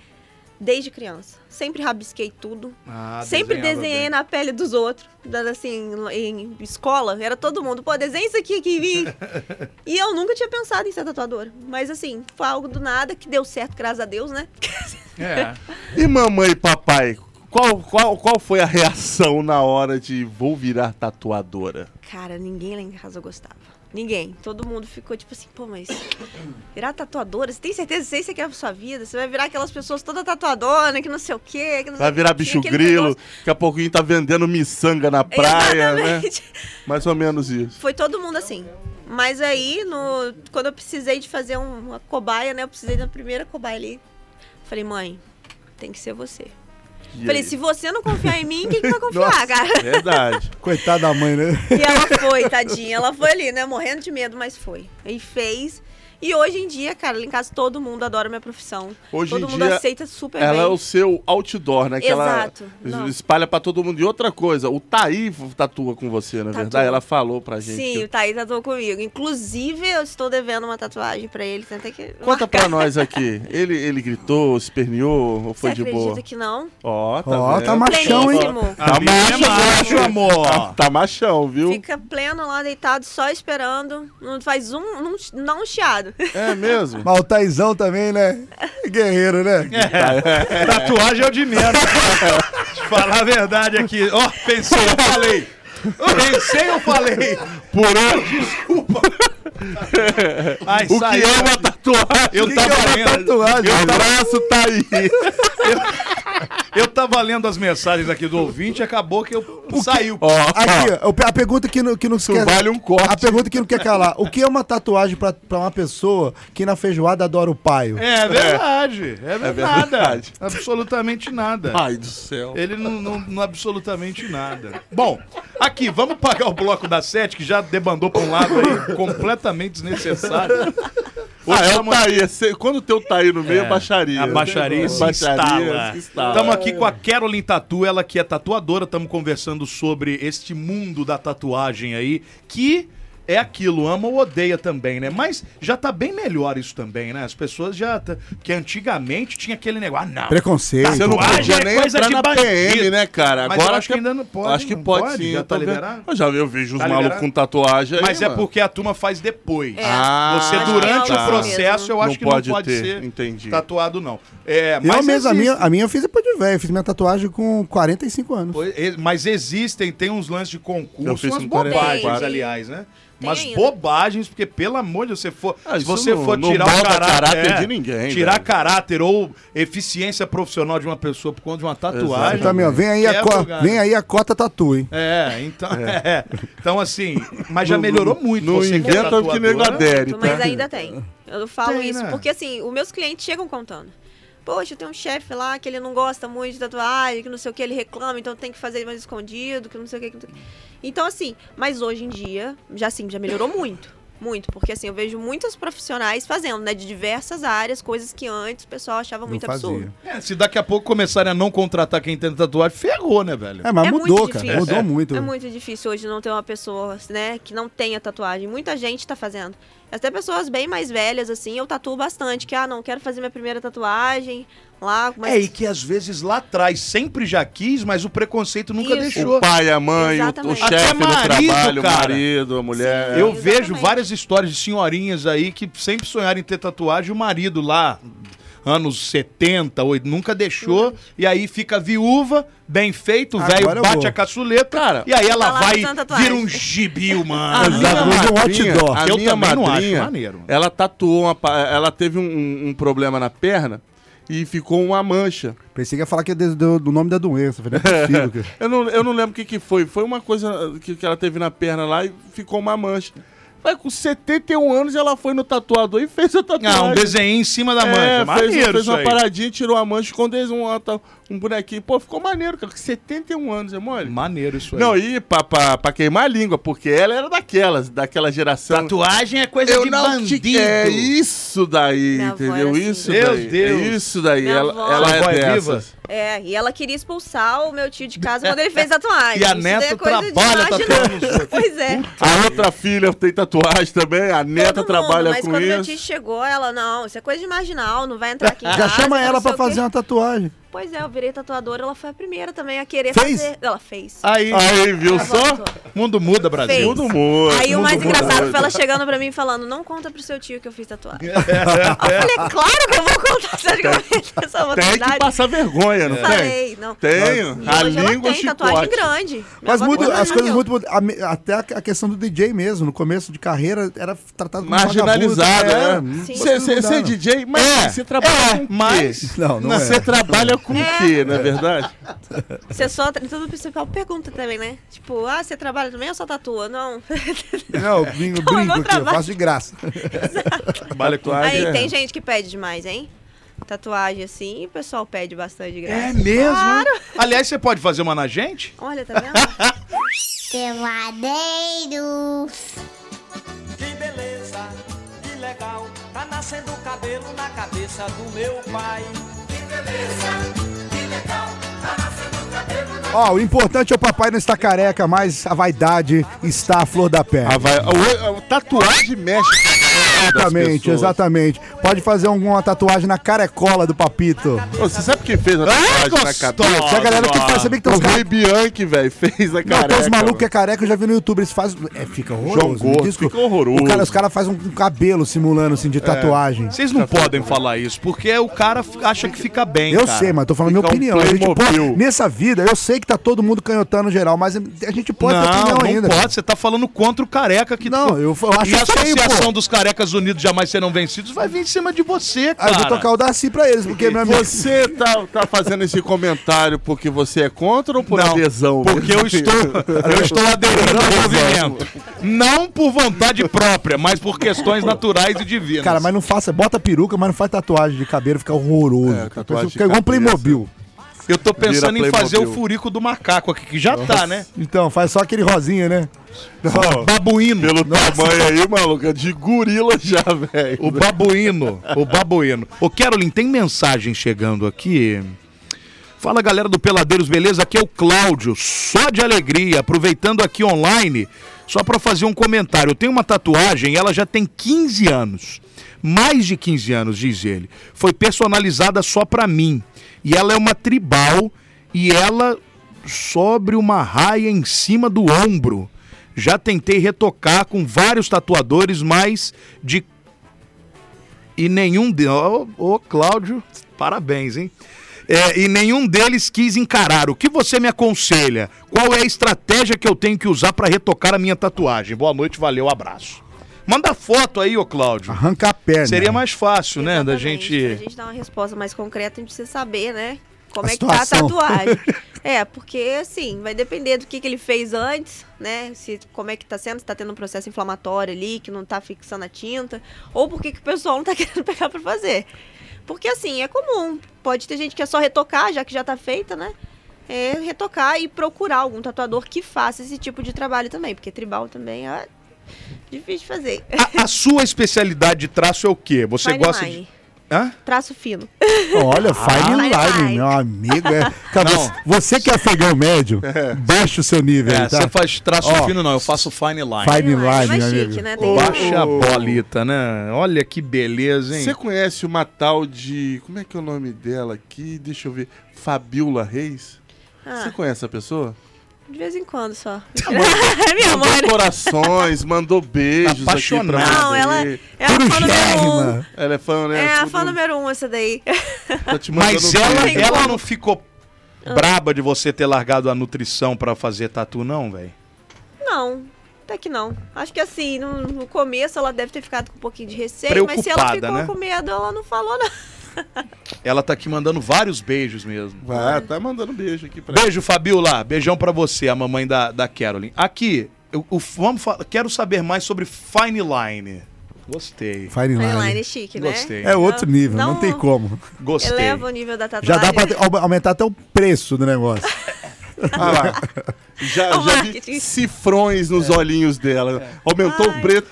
E: Desde criança. Sempre rabisquei tudo.
D: Ah,
E: sempre
D: desenhava
E: desenhei
D: bem.
E: na pele dos outros. da- Assim, em escola, era todo mundo, pô, desenha isso aqui que vi. e eu nunca tinha pensado em ser tatuadora. Mas assim, foi algo do nada que deu certo, graças a Deus, né?
D: É.
B: E mamãe e papai, qual, qual, qual foi a reação na hora de vou virar tatuadora?
E: Cara, ninguém lá em casa gostava. Ninguém. Todo mundo ficou tipo assim, pô, mas virar tatuadora, você tem certeza que você é quer pra sua vida? Você vai virar aquelas pessoas toda tatuadona, que não sei o quê. Que não sei
B: Vai
E: o
B: virar
E: quê,
B: bicho
E: aquele
B: grilo,
E: negócio.
B: daqui a pouquinho tá vendendo miçanga na praia, né?
E: Exatamente.
B: Mais ou menos isso.
E: Foi todo mundo assim. Mas aí, no, quando eu precisei de fazer um- uma cobaia, né? Eu precisei da primeira cobaia ali. Falei, mãe, tem que ser você.
B: E
E: Falei,
B: aí?
E: se você não confiar em mim, quem que vai confiar, ah, cara?
B: Verdade.
C: Coitada da mãe, né?
E: E ela foi, tadinha. Ela foi ali, né? Morrendo de medo, mas foi. E fez. E hoje em dia, cara, lá em casa todo mundo adora minha profissão.
B: Hoje
E: todo
B: em
E: mundo
B: dia,
E: aceita super
B: Ela é
E: bem.
B: o seu outdoor, né? Que
E: Exato.
B: ela
E: Não.
B: espalha pra todo mundo. E outra coisa, o Thaí tatua com você, na é
E: Tatua.
B: verdade? Ela falou pra gente.
E: Sim, o Thaís tatuou comigo. Inclusive, eu estou devendo uma tatuagem pra ele. Tem até que.
B: Conta pra nós aqui. Ele, ele gritou, esperneou ou
E: Você
B: foi de
E: acredita
B: boa?
E: que não?
B: Ó, tá
C: Ó, tá
B: vendo?
C: machão, hein?
E: Pleníssimo.
B: Tá
D: Ali é macho,
B: macho, Tá,
D: amor.
B: tá machão, viu?
E: Fica pleno lá, deitado, só esperando. Não faz um, não, não um chiado.
B: É mesmo?
C: Mas o Taizão também, né? Guerreiro, né?
D: Tatuagem é o de menos. Te falar a verdade aqui. Ó, pensei, eu falei. Pensei, eu falei.
B: Por hoje,
D: Ai,
B: o
D: saiu.
B: que é uma tatuagem?
D: Eu
B: Que
D: tava
B: que é uma
D: lendo.
B: tatuagem.
D: Eu
B: O
D: tava-
B: braço tá aí.
D: Eu tava lendo as mensagens aqui do ouvinte e acabou que eu saiu.
B: Ó, ó,
C: Aqui, ó, a pergunta que não, que não se
B: tu
C: quer...
B: vale um
C: A
B: corte.
C: pergunta que não quer calar. O que é uma tatuagem pra, pra uma pessoa que na feijoada adora o paio?
D: É verdade. É,
B: verdade.
D: verdade. Ah. Absolutamente nada.
B: Ai do céu.
D: Ele não, não- não absolutamente nada. Bom, aqui, vamos pagar o bloco da sete, que já debandou pra um lado aí, completamente desnecessário.
B: Ah, é o Thaí. é se- Quando tem o Thaí no meio, é baixaria.
D: A baixaria se instala.
B: se
D: Estamos aqui com a Carolyn Tatu, ela que é tatuadora. Estamos conversando sobre este mundo da tatuagem aí, que é aquilo, ama ou odeia também, né? Mas já tá bem melhor isso também, né? As pessoas já... tá- Porque antigamente tinha aquele negócio, ah, não.
C: Preconceito.
B: Você não
D: Tatuagem
B: podia
D: é
B: nem
D: coisa
B: entrar
D: de
B: na
D: bandido.
B: PM, né, cara?
D: Mas
B: Agora
D: eu acho que ainda não pode,
B: Acho que
D: não
B: pode,
D: pode?
B: sim.
D: Já
B: eu
D: tá
B: tô vendo.
D: liberado?
B: Eu já vi, eu vejo os
D: Tá
B: malucos
D: liberado?
B: com tatuagem aí,
D: Mas é
B: mano.
D: porque a turma faz depois.
B: Ah,
D: Você
E: É. acho que
D: durante
E: é
D: o
E: algo
D: processo,
E: mesmo.
D: eu acho
B: Não
D: que
B: pode
D: não pode
B: ter,
D: ser
B: entendi.
D: tatuado, não. É,
C: Eu mesmo, a
D: existe.
C: minha, a minha eu fiz depois de velho. Eu fiz minha tatuagem com 45 anos.
D: Pois, e- Mas existem, tem uns lances de
B: Eu
D: concurso,
B: fiz um com
D: umas bobagens,
E: 44.
D: aliás, né?
E: Tem
D: umas
E: ainda.
D: bobagens, porque pelo amor de Deus, se for,
B: Ah,
D: se
B: isso
D: você
B: não-
D: for
B: não
D: tirar o
B: molda
D: caráter,
B: caráter
D: é,
B: de ninguém,
D: Tirar
B: velho.
D: caráter ou eficiência profissional de uma pessoa por conta de uma tatuagem.
B: Exatamente.
C: Tá, meu, vem aí, a
D: quebra o
C: co-
D: galho.
C: vem aí a cota tatu, hein?
D: É, então, é. então assim, mas já
B: Não-
D: melhorou
B: não-
D: muito.
B: Não
D: você que é
B: inventa que nego
D: tatuadora.
B: adere, tá?
E: Mas ainda tem. Eu falo
D: Tem,
E: isso
D: né?
E: porque, assim, os meus clientes chegam contando. Poxa, eu tenho um chefe lá que ele não gosta muito de tatuagem, que não sei o que, ele reclama, então tem que fazer mais escondido, que não sei o que. que não sei o que. Então, assim, mas hoje em dia, já assim, já melhorou muito. Muito, porque assim, eu vejo muitas profissionais fazendo, né? De diversas áreas, coisas que antes o pessoal achava muito absurdo.
D: É, se daqui a pouco começarem a não contratar quem tem tatuagem, ferrou, né, velho?
C: É, mas
E: É muito
C: mudou, cara.
E: difícil.
C: Mudou muito.
E: É muito difícil hoje não ter uma pessoa, né, que não tenha tatuagem. Muita gente tá fazendo. Até pessoas bem mais velhas, assim, eu tatuo bastante. Que, ah, não, quero fazer minha primeira tatuagem lá. Mas...
D: É, e que às vezes lá atrás sempre já quis, mas o preconceito nunca
E: Isso.
D: deixou.
B: O pai, a mãe, o- o,
E: Exatamente.
B: chefe
D: Até
B: no
D: marido,
B: trabalho, o
D: cara.
B: marido, a mulher.
E: Sim.
D: Eu
E: É. Exatamente.
D: vejo várias histórias de senhorinhas aí que sempre sonharam em ter tatuagem, o marido lá, anos 70, 80, nunca deixou, e aí fica viúva, bem feito, o
C: Agora
D: velho
C: eu
D: bate
C: vou.
D: a caçuleta,
B: Cara,
D: e aí ela
E: Tá lá
D: vai
E: fazendo tatuagem.
D: vira um gibi,
B: A
D: mano.
C: Exato.
B: minha
C: Vamos um
B: madrinha-
C: outdoor.
B: a
D: Eu
B: minha
D: também não acho
B: madrinha,
D: maneiro.
B: ela tatuou, uma pa- ela teve um, um problema na perna e ficou uma mancha.
C: Pensei que ia falar que é do, do- do nome da doença. Falei, não é possível, cara.
B: Eu não, eu não lembro o que, que foi. Foi uma coisa que, que ela teve na perna lá e ficou uma mancha. Mas com 71 anos ela foi no tatuador e fez a tatuagem.
D: Ah, um desenho em cima da mancha,
B: É,
D: maneiro
B: fez, fez
D: isso
B: uma
D: aí.
B: paradinha, tirou a mancha, escondeu um, um bonequinho. Pô, ficou maneiro, cara. Com 71 anos, é mole?
D: Maneiro isso aí.
B: Não, e pra, pra, pra queimar a língua, porque ela era daquelas, daquela geração.
D: tatuagem é coisa de bandido.
B: te- É isso daí,
E: Minha avó
B: entendeu?
E: era assim.
B: isso
D: Meu
B: daí.
D: Deus.
B: É isso daí.
E: Minha
B: Ela,
E: avó. assim.
B: ela
D: Sua avó
B: é
D: é
B: dessas.
E: É, e ela queria expulsar o meu tio de casa quando ele fez a tatuagem.
D: E a
E: Isso daí
D: neta
E: é coisa de
D: trabalha
E: macho,
D: tatuando
E: né?
D: os outros.
E: Pois é.
B: A outra filha tem tatuagem também, a neta
E: Todo mundo,
B: trabalha
E: mas
B: com
E: quando meu tio
B: isso.
E: chegou, ela, não, isso é coisa de marginal, não vai entrar aqui em
C: Já
E: casa,
C: chama
E: que não
C: ela pra
E: sei o quê.
C: fazer uma tatuagem.
E: Pois é, eu virei tatuadora, ela foi a primeira também a querer
C: Fez? Ah,
E: fazer. Ela fez.
D: Aí,
B: Aí, viu
E: Ela
B: só?
E: voltou.
D: mundo muda, Brasil.
E: Fez.
B: Todo mundo.
E: Aí o
B: Mundo
E: mais
B: muda.
E: engraçado foi ela chegando pra mim e falando: não conta pro seu tio que eu fiz tatuagem. eu falei, claro que eu vou contar, você acha que eu vou ter essa
B: Tem que
E: oportunidade?
B: passar vergonha, não tem?
E: Falei, não.
B: Tenho.
E: E
B: A
E: hoje ela
B: língua
E: tem tatuagem
B: chicote.
E: grande.
C: Mas
E: Negócio
C: muda,
E: grande,
C: as coisas
E: ó.
C: muito mudam. A me- Até a, a questão do DJ mesmo, no começo de carreira, era tratado como
B: Marginalizado,
C: vagabundo,
B: né?
C: é.
E: Sim.
B: Você você- você é DJ, mas
D: É,
B: você trabalha com
D: mas-
B: quê?
C: Não, não é.
B: Você trabalha com o quê, não é verdade?
E: Você só. Tudo principal pergunta também, né? Tipo, ah, você trabalha também ou só tatua? Não.
C: Não, eu brinco,
E: Não, é meu
C: brinco aqui, eu
E: trabalho.
C: faço de graça.
B: Trabalha com
E: Aí
B: é.
E: tem gente que pede demais, hein? Tatuagem assim, o pessoal pede bastante de graça.
D: É mesmo? Aliás, você pode fazer uma na gente?
E: Olha, tá vendo?
F: Peladeiros.
G: Que beleza, que legal, tá nascendo o cabelo na cabeça do meu pai.
C: Ó, o importante é o papai não estar careca, mas a vaidade está à flor da pele.
B: Ah, vai- o- o- o tatuagem mexe.
C: Exatamente, exatamente. Pode fazer alguma tatuagem na carecola do papito.
B: Ô, Você sabe quem
D: Ah,
B: fez a tatuagem na cabeça?
C: Essa galera tem que fazer bem que tem
B: O
C: uns
B: Rei Bianchi, velho, fez a
C: Não,
B: careca.
C: tem uns malucos que
B: velho.
C: é careca, eu já vi no YouTube, eles fazem. É, fica horroroso.
B: Gordo,
C: me diz que-
B: fica horroroso. É.
C: o cara- os caras fazem um cabelo simulando assim de tatuagem.
D: Vocês não podem falar isso, porque o cara f- acha que fica bem,
C: Eu
D: cara.
C: sei, mas tô falando minha
B: Fica um
C: opinião. A gente
B: Playmobil.
C: pode- nessa vida, eu sei que tá todo mundo canhotando geral, mas a gente pode ter
D: não,
C: opinião
D: não
C: ainda.
D: pode. Você tá falando contra o careca que...
C: Não, eu, eu acho
D: E a
C: feio,
D: Associação
C: pô.
D: dos Carecas Unidos Jamais Serão Vencidos vai vir em cima de você,
C: Aí Ah,
D: cara.
C: eu vou tocar o Darcy pra eles, porque meu amigo.
B: Você tá, tá fazendo esse comentário porque você é contra ou por
D: Não,
B: adesão?
C: um
D: Porque eu estou, eu estou aderindo ao movimento. Não por vontade própria, mas por questões naturais e divinas.
C: Cara, mas não faça, bota peruca, mas não faz tatuagem de cabelo, fica horroroso.
B: É, tatuagem
C: Parece-
B: de
C: fica igual um
B: cabeça.
C: Playmobil.
D: Eu tô pensando
B: Vira
D: em fazer o
B: Playmobil.
D: furico do macaco aqui, que já tá,
B: É.
D: né?
C: Então, faz só aquele rosinha, né?
D: Babuíno.
B: Pelo tamanho aí, maluco, é de gorila já, velho.
D: O babuíno. o babuíno. Ô, Carolyn, tem mensagem chegando aqui. Fala galera do Peladeiros, beleza? Aqui é o Cláudio, só de alegria, aproveitando aqui online, só pra fazer um comentário. Eu tenho uma tatuagem, ela já tem 15 anos. Mais de 15 anos, diz ele. Foi personalizada só pra mim. E ela é uma tribal e ela sobre uma raia em cima do ombro. Já tentei retocar com vários tatuadores, mas de e nenhum deles. Ô, ô, Cláudio, parabéns, hein? É, e nenhum deles quis encarar. O que você me aconselha? Qual é a estratégia que eu tenho que usar pra retocar a minha tatuagem? Boa noite, valeu, abraço. Manda foto aí, ô Cláudio.
C: Arranca a perna.
D: Seria mais fácil, né? Da
E: Exatamente. Pra
D: gente.
E: gente dar uma resposta mais concreta, a gente precisa saber, né? Como
C: A
E: é que tá a
C: situação.
E: tatuagem. é, porque assim, vai depender do que, que ele fez antes, né? Se, como é que tá sendo, se tá tendo um processo inflamatório ali, que não tá fixando a tinta, ou por que que o pessoal não tá querendo pegar pra fazer. Porque assim, é comum. Pode ter gente que é só retocar, já que já tá feita, né? É retocar e procurar algum tatuador que faça esse tipo de trabalho também, porque tribal também é difícil de fazer.
D: A, a sua especialidade de traço é o quê? Você
E: Fine
D: gosta
E: line,
D: de. Hã?
E: Traço fino.
C: Olha, fine
E: Fine
C: line,
E: line.
C: meu amigo. é- Cara,
D: Ah. Não.
C: você- você que é afegão médio, baixa o seu nível,
D: É,
C: aí, tá?
D: você faz traço
C: Ó,
D: fino, não. Eu faço fine line.
C: Fine line,
E: mais
C: meu
E: chique,
C: amigo.
E: né? Tem
B: Ô,
E: que-
D: Baixa a bolita, né? Olha que beleza, hein?
B: Você conhece uma tal de. Como é que é o nome dela aqui? Deixa eu ver. Fabiola Reis?
E: Ah,
B: Você conhece essa pessoa?
E: de vez em quando só. É minha mãe.
B: Mandou corações, mandou beijos aqui pra
D: Apaixonada.
E: Não,
B: você.
E: ela, é
C: Tá
E: a fã número um.
C: Corujérrima.
B: Ela é fã, né?
E: É a
B: Tudo-
E: fã número um essa daí.
B: Tá te mandando
D: Mas ela, é
B: beijo.
D: ela não ficou Ah. braba de você ter largado a nutrição pra fazer tatu, não, velho?
E: Não, até que não. Acho que assim, no, no começo ela deve ter ficado com um pouquinho de receio, mas se ela
D: Preocupada,
E: ficou
D: né?
E: com medo, ela não falou não.
D: Ela tá aqui mandando vários beijos mesmo.
B: Ah, tá mandando beijo aqui pra ela.
D: Beijo, Fabiola. Beijão pra você, a mamãe da, da Carolyn. Aqui, eu, o- vamos fa- quero saber mais sobre Fine Line.
C: Fine
D: Gostei.
E: Fine
C: line.
E: line é chique, né?
D: Gostei.
C: É outro nível, não,
E: Não-
C: tem como.
D: Gostei.
E: Eleva o nível da
C: Já
E: tatuagem. né?
C: dá pra te- au- aumentar até o preço do negócio.
B: Ah lá. Já,
E: É
B: já
E: o
B: vi
E: marketing.
B: cifrões nos olhinhos dela. Aumentou o preto.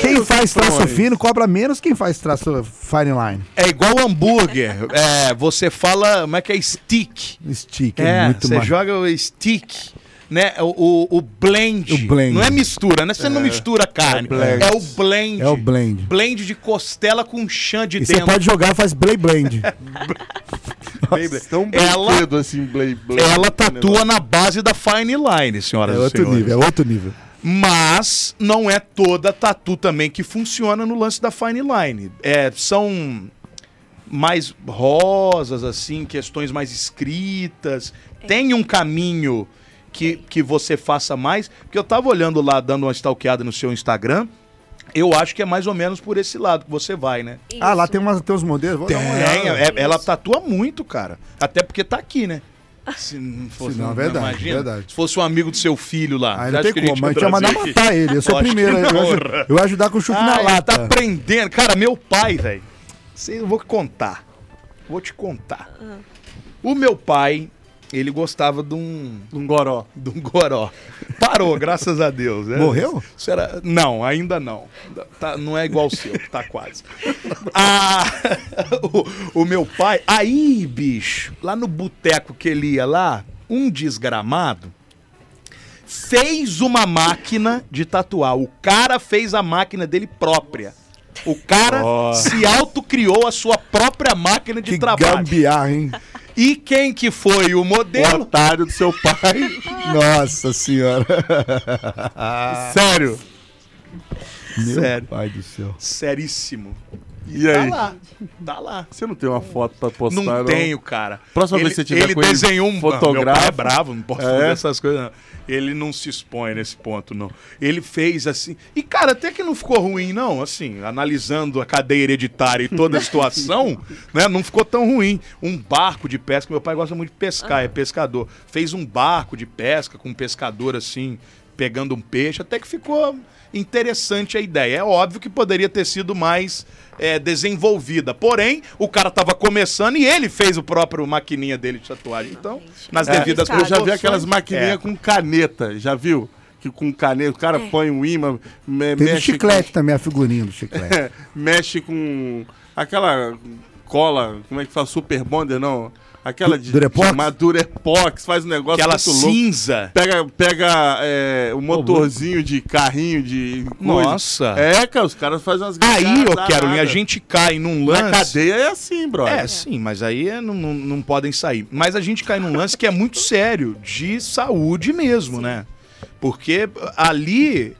C: Quem faz traço
B: Cifrões.
C: fino cobra menos quem faz traço fine line.
D: É igual hambúrguer. É, você fala, como é que é? Stick.
C: Stick, é,
D: É,
C: muito
D: você
C: mais.
D: joga o stick né, o, o, o blend.
C: O blend.
D: Não é mistura, né? Você não mistura carne.
C: blend.
D: É o blend.
C: É o blend.
D: Blend de costela com chã de
C: E
D: dentro.
C: você pode jogar, faz Blade Blend.
B: Nossa, tão
D: Ela-
B: brinquedo assim, Blade Blade.
D: Ela tatua na base da fine line, senhoras
C: É
D: e
C: outro
D: senhores.
C: nível, é outro nível.
D: Mas não é toda tatu também que funciona no lance da fine line. É, são mais rosas, assim, questões mais escritas. Tem um caminho que, que você faça mais. Porque eu tava olhando lá, dando uma stalkeada no seu Instagram. Eu acho que é mais ou menos por esse lado que você vai, né?
C: Ah, lá
E: Isso.
C: tem, umas, tem uns modelos. Vou dar uma olhada.
D: Tem, é- ela tatua muito, cara. Até porque tá aqui, né? Se não fosse um
C: Se não, é verdade, verdade.
D: Se fosse um amigo do seu filho lá.
C: Aí
D: você
C: não
D: acha
C: Ah, tem
D: que
C: como,
D: ia
C: a gente ia mandar
D: trazer aqui?
C: matar ele. Eu sou o
D: Lógico
C: primeiro.
D: que
C: Eu,
D: não.
C: eu, eu ia ajudar com o chute na
D: Ah,
C: lata.
D: tá aprendendo. Cara, meu pai, velho. Sei, eu vou contar. Vou te contar.
C: Ah.
D: O meu pai, ele gostava de um. De um goró. De um goró. Parou, graças a Deus. né?
C: Morreu?
D: Isso era... Não, ainda não. Tá- não é igual o seu, tá quase. Ah, o, o meu pai. Aí, bicho, lá no boteco que ele ia lá, um desgramado fez uma máquina de tatuar. O cara fez a máquina dele própria. O cara se autocriou a sua própria máquina de
C: que
D: trabalho.
C: gambiarra, hein?
D: E quem que foi o
B: O
D: modelo?
B: otário do seu pai.
C: Nossa senhora.
D: Sério.
C: Meu
D: Sério.
C: pai do céu.
D: Seríssimo.
B: E
D: Tá
B: aí?
D: lá. Tá lá.
B: Você não tem uma foto pra postar,
D: Não tenho, cara.
B: Próxima
D: ele,
B: vez que você tiver
D: Ele
B: com ele,
D: desenhou um
B: fotografa.
D: Meu pai é bravo, não posso
B: É?
D: fazer essas coisas, não. Ele não se expõe nesse ponto, não. Ele fez assim. E, cara, até que não ficou ruim, não. Assim, analisando a cadeia hereditária e toda a situação, né? Não ficou tão ruim. Um barco de pesca, meu pai gosta muito de pescar, é pescador. Fez um barco de pesca com um pescador assim. Pegando um peixe, até que ficou interessante a ideia. É óbvio que poderia ter sido mais é, desenvolvida. Porém, o cara tava começando e ele fez o próprio maquininha dele de tatuagem. Então,
E: Gente,
D: nas
E: é
D: devidas
E: complicado.
B: Eu já vi aquelas maquininhas
D: É.
B: com caneta, já viu? Que com caneta, o cara põe um imã, me-
C: Teve
B: mexe,
C: chiclete também, a figurinha do
B: com,
C: chiclete.
B: mexe com aquela cola, como é que fala? Super Bonder, não? Aquela de
C: Durepox?
B: de- Durepox, faz um negócio
D: aquela
B: muito louco.
D: cinza.
B: Pega, pega é, o motorzinho de carrinho de. coisa.
D: Nossa.
B: É, cara, os caras fazem umas
D: Aí, ô
B: garrafadas.
D: Carolina, a gente cai num
B: Na
D: lance.
B: cadeia é assim, brother.
D: É, sim, mas aí é- não, não, não podem sair. Mas a gente cai num lance que é muito sério, de saúde mesmo, né? Porque ali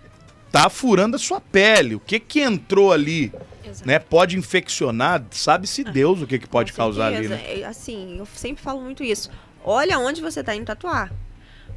D: tá furando a sua pele. O que que entrou ali,
E: Exato. Ah,
D: né? Pode infeccionar, sabe-se Deus o que que pode
E: Com
D: causar
E: certeza.
D: ali, né?
E: É, Assim, eu sempre falo muito isso. Olha onde você tá indo tatuar.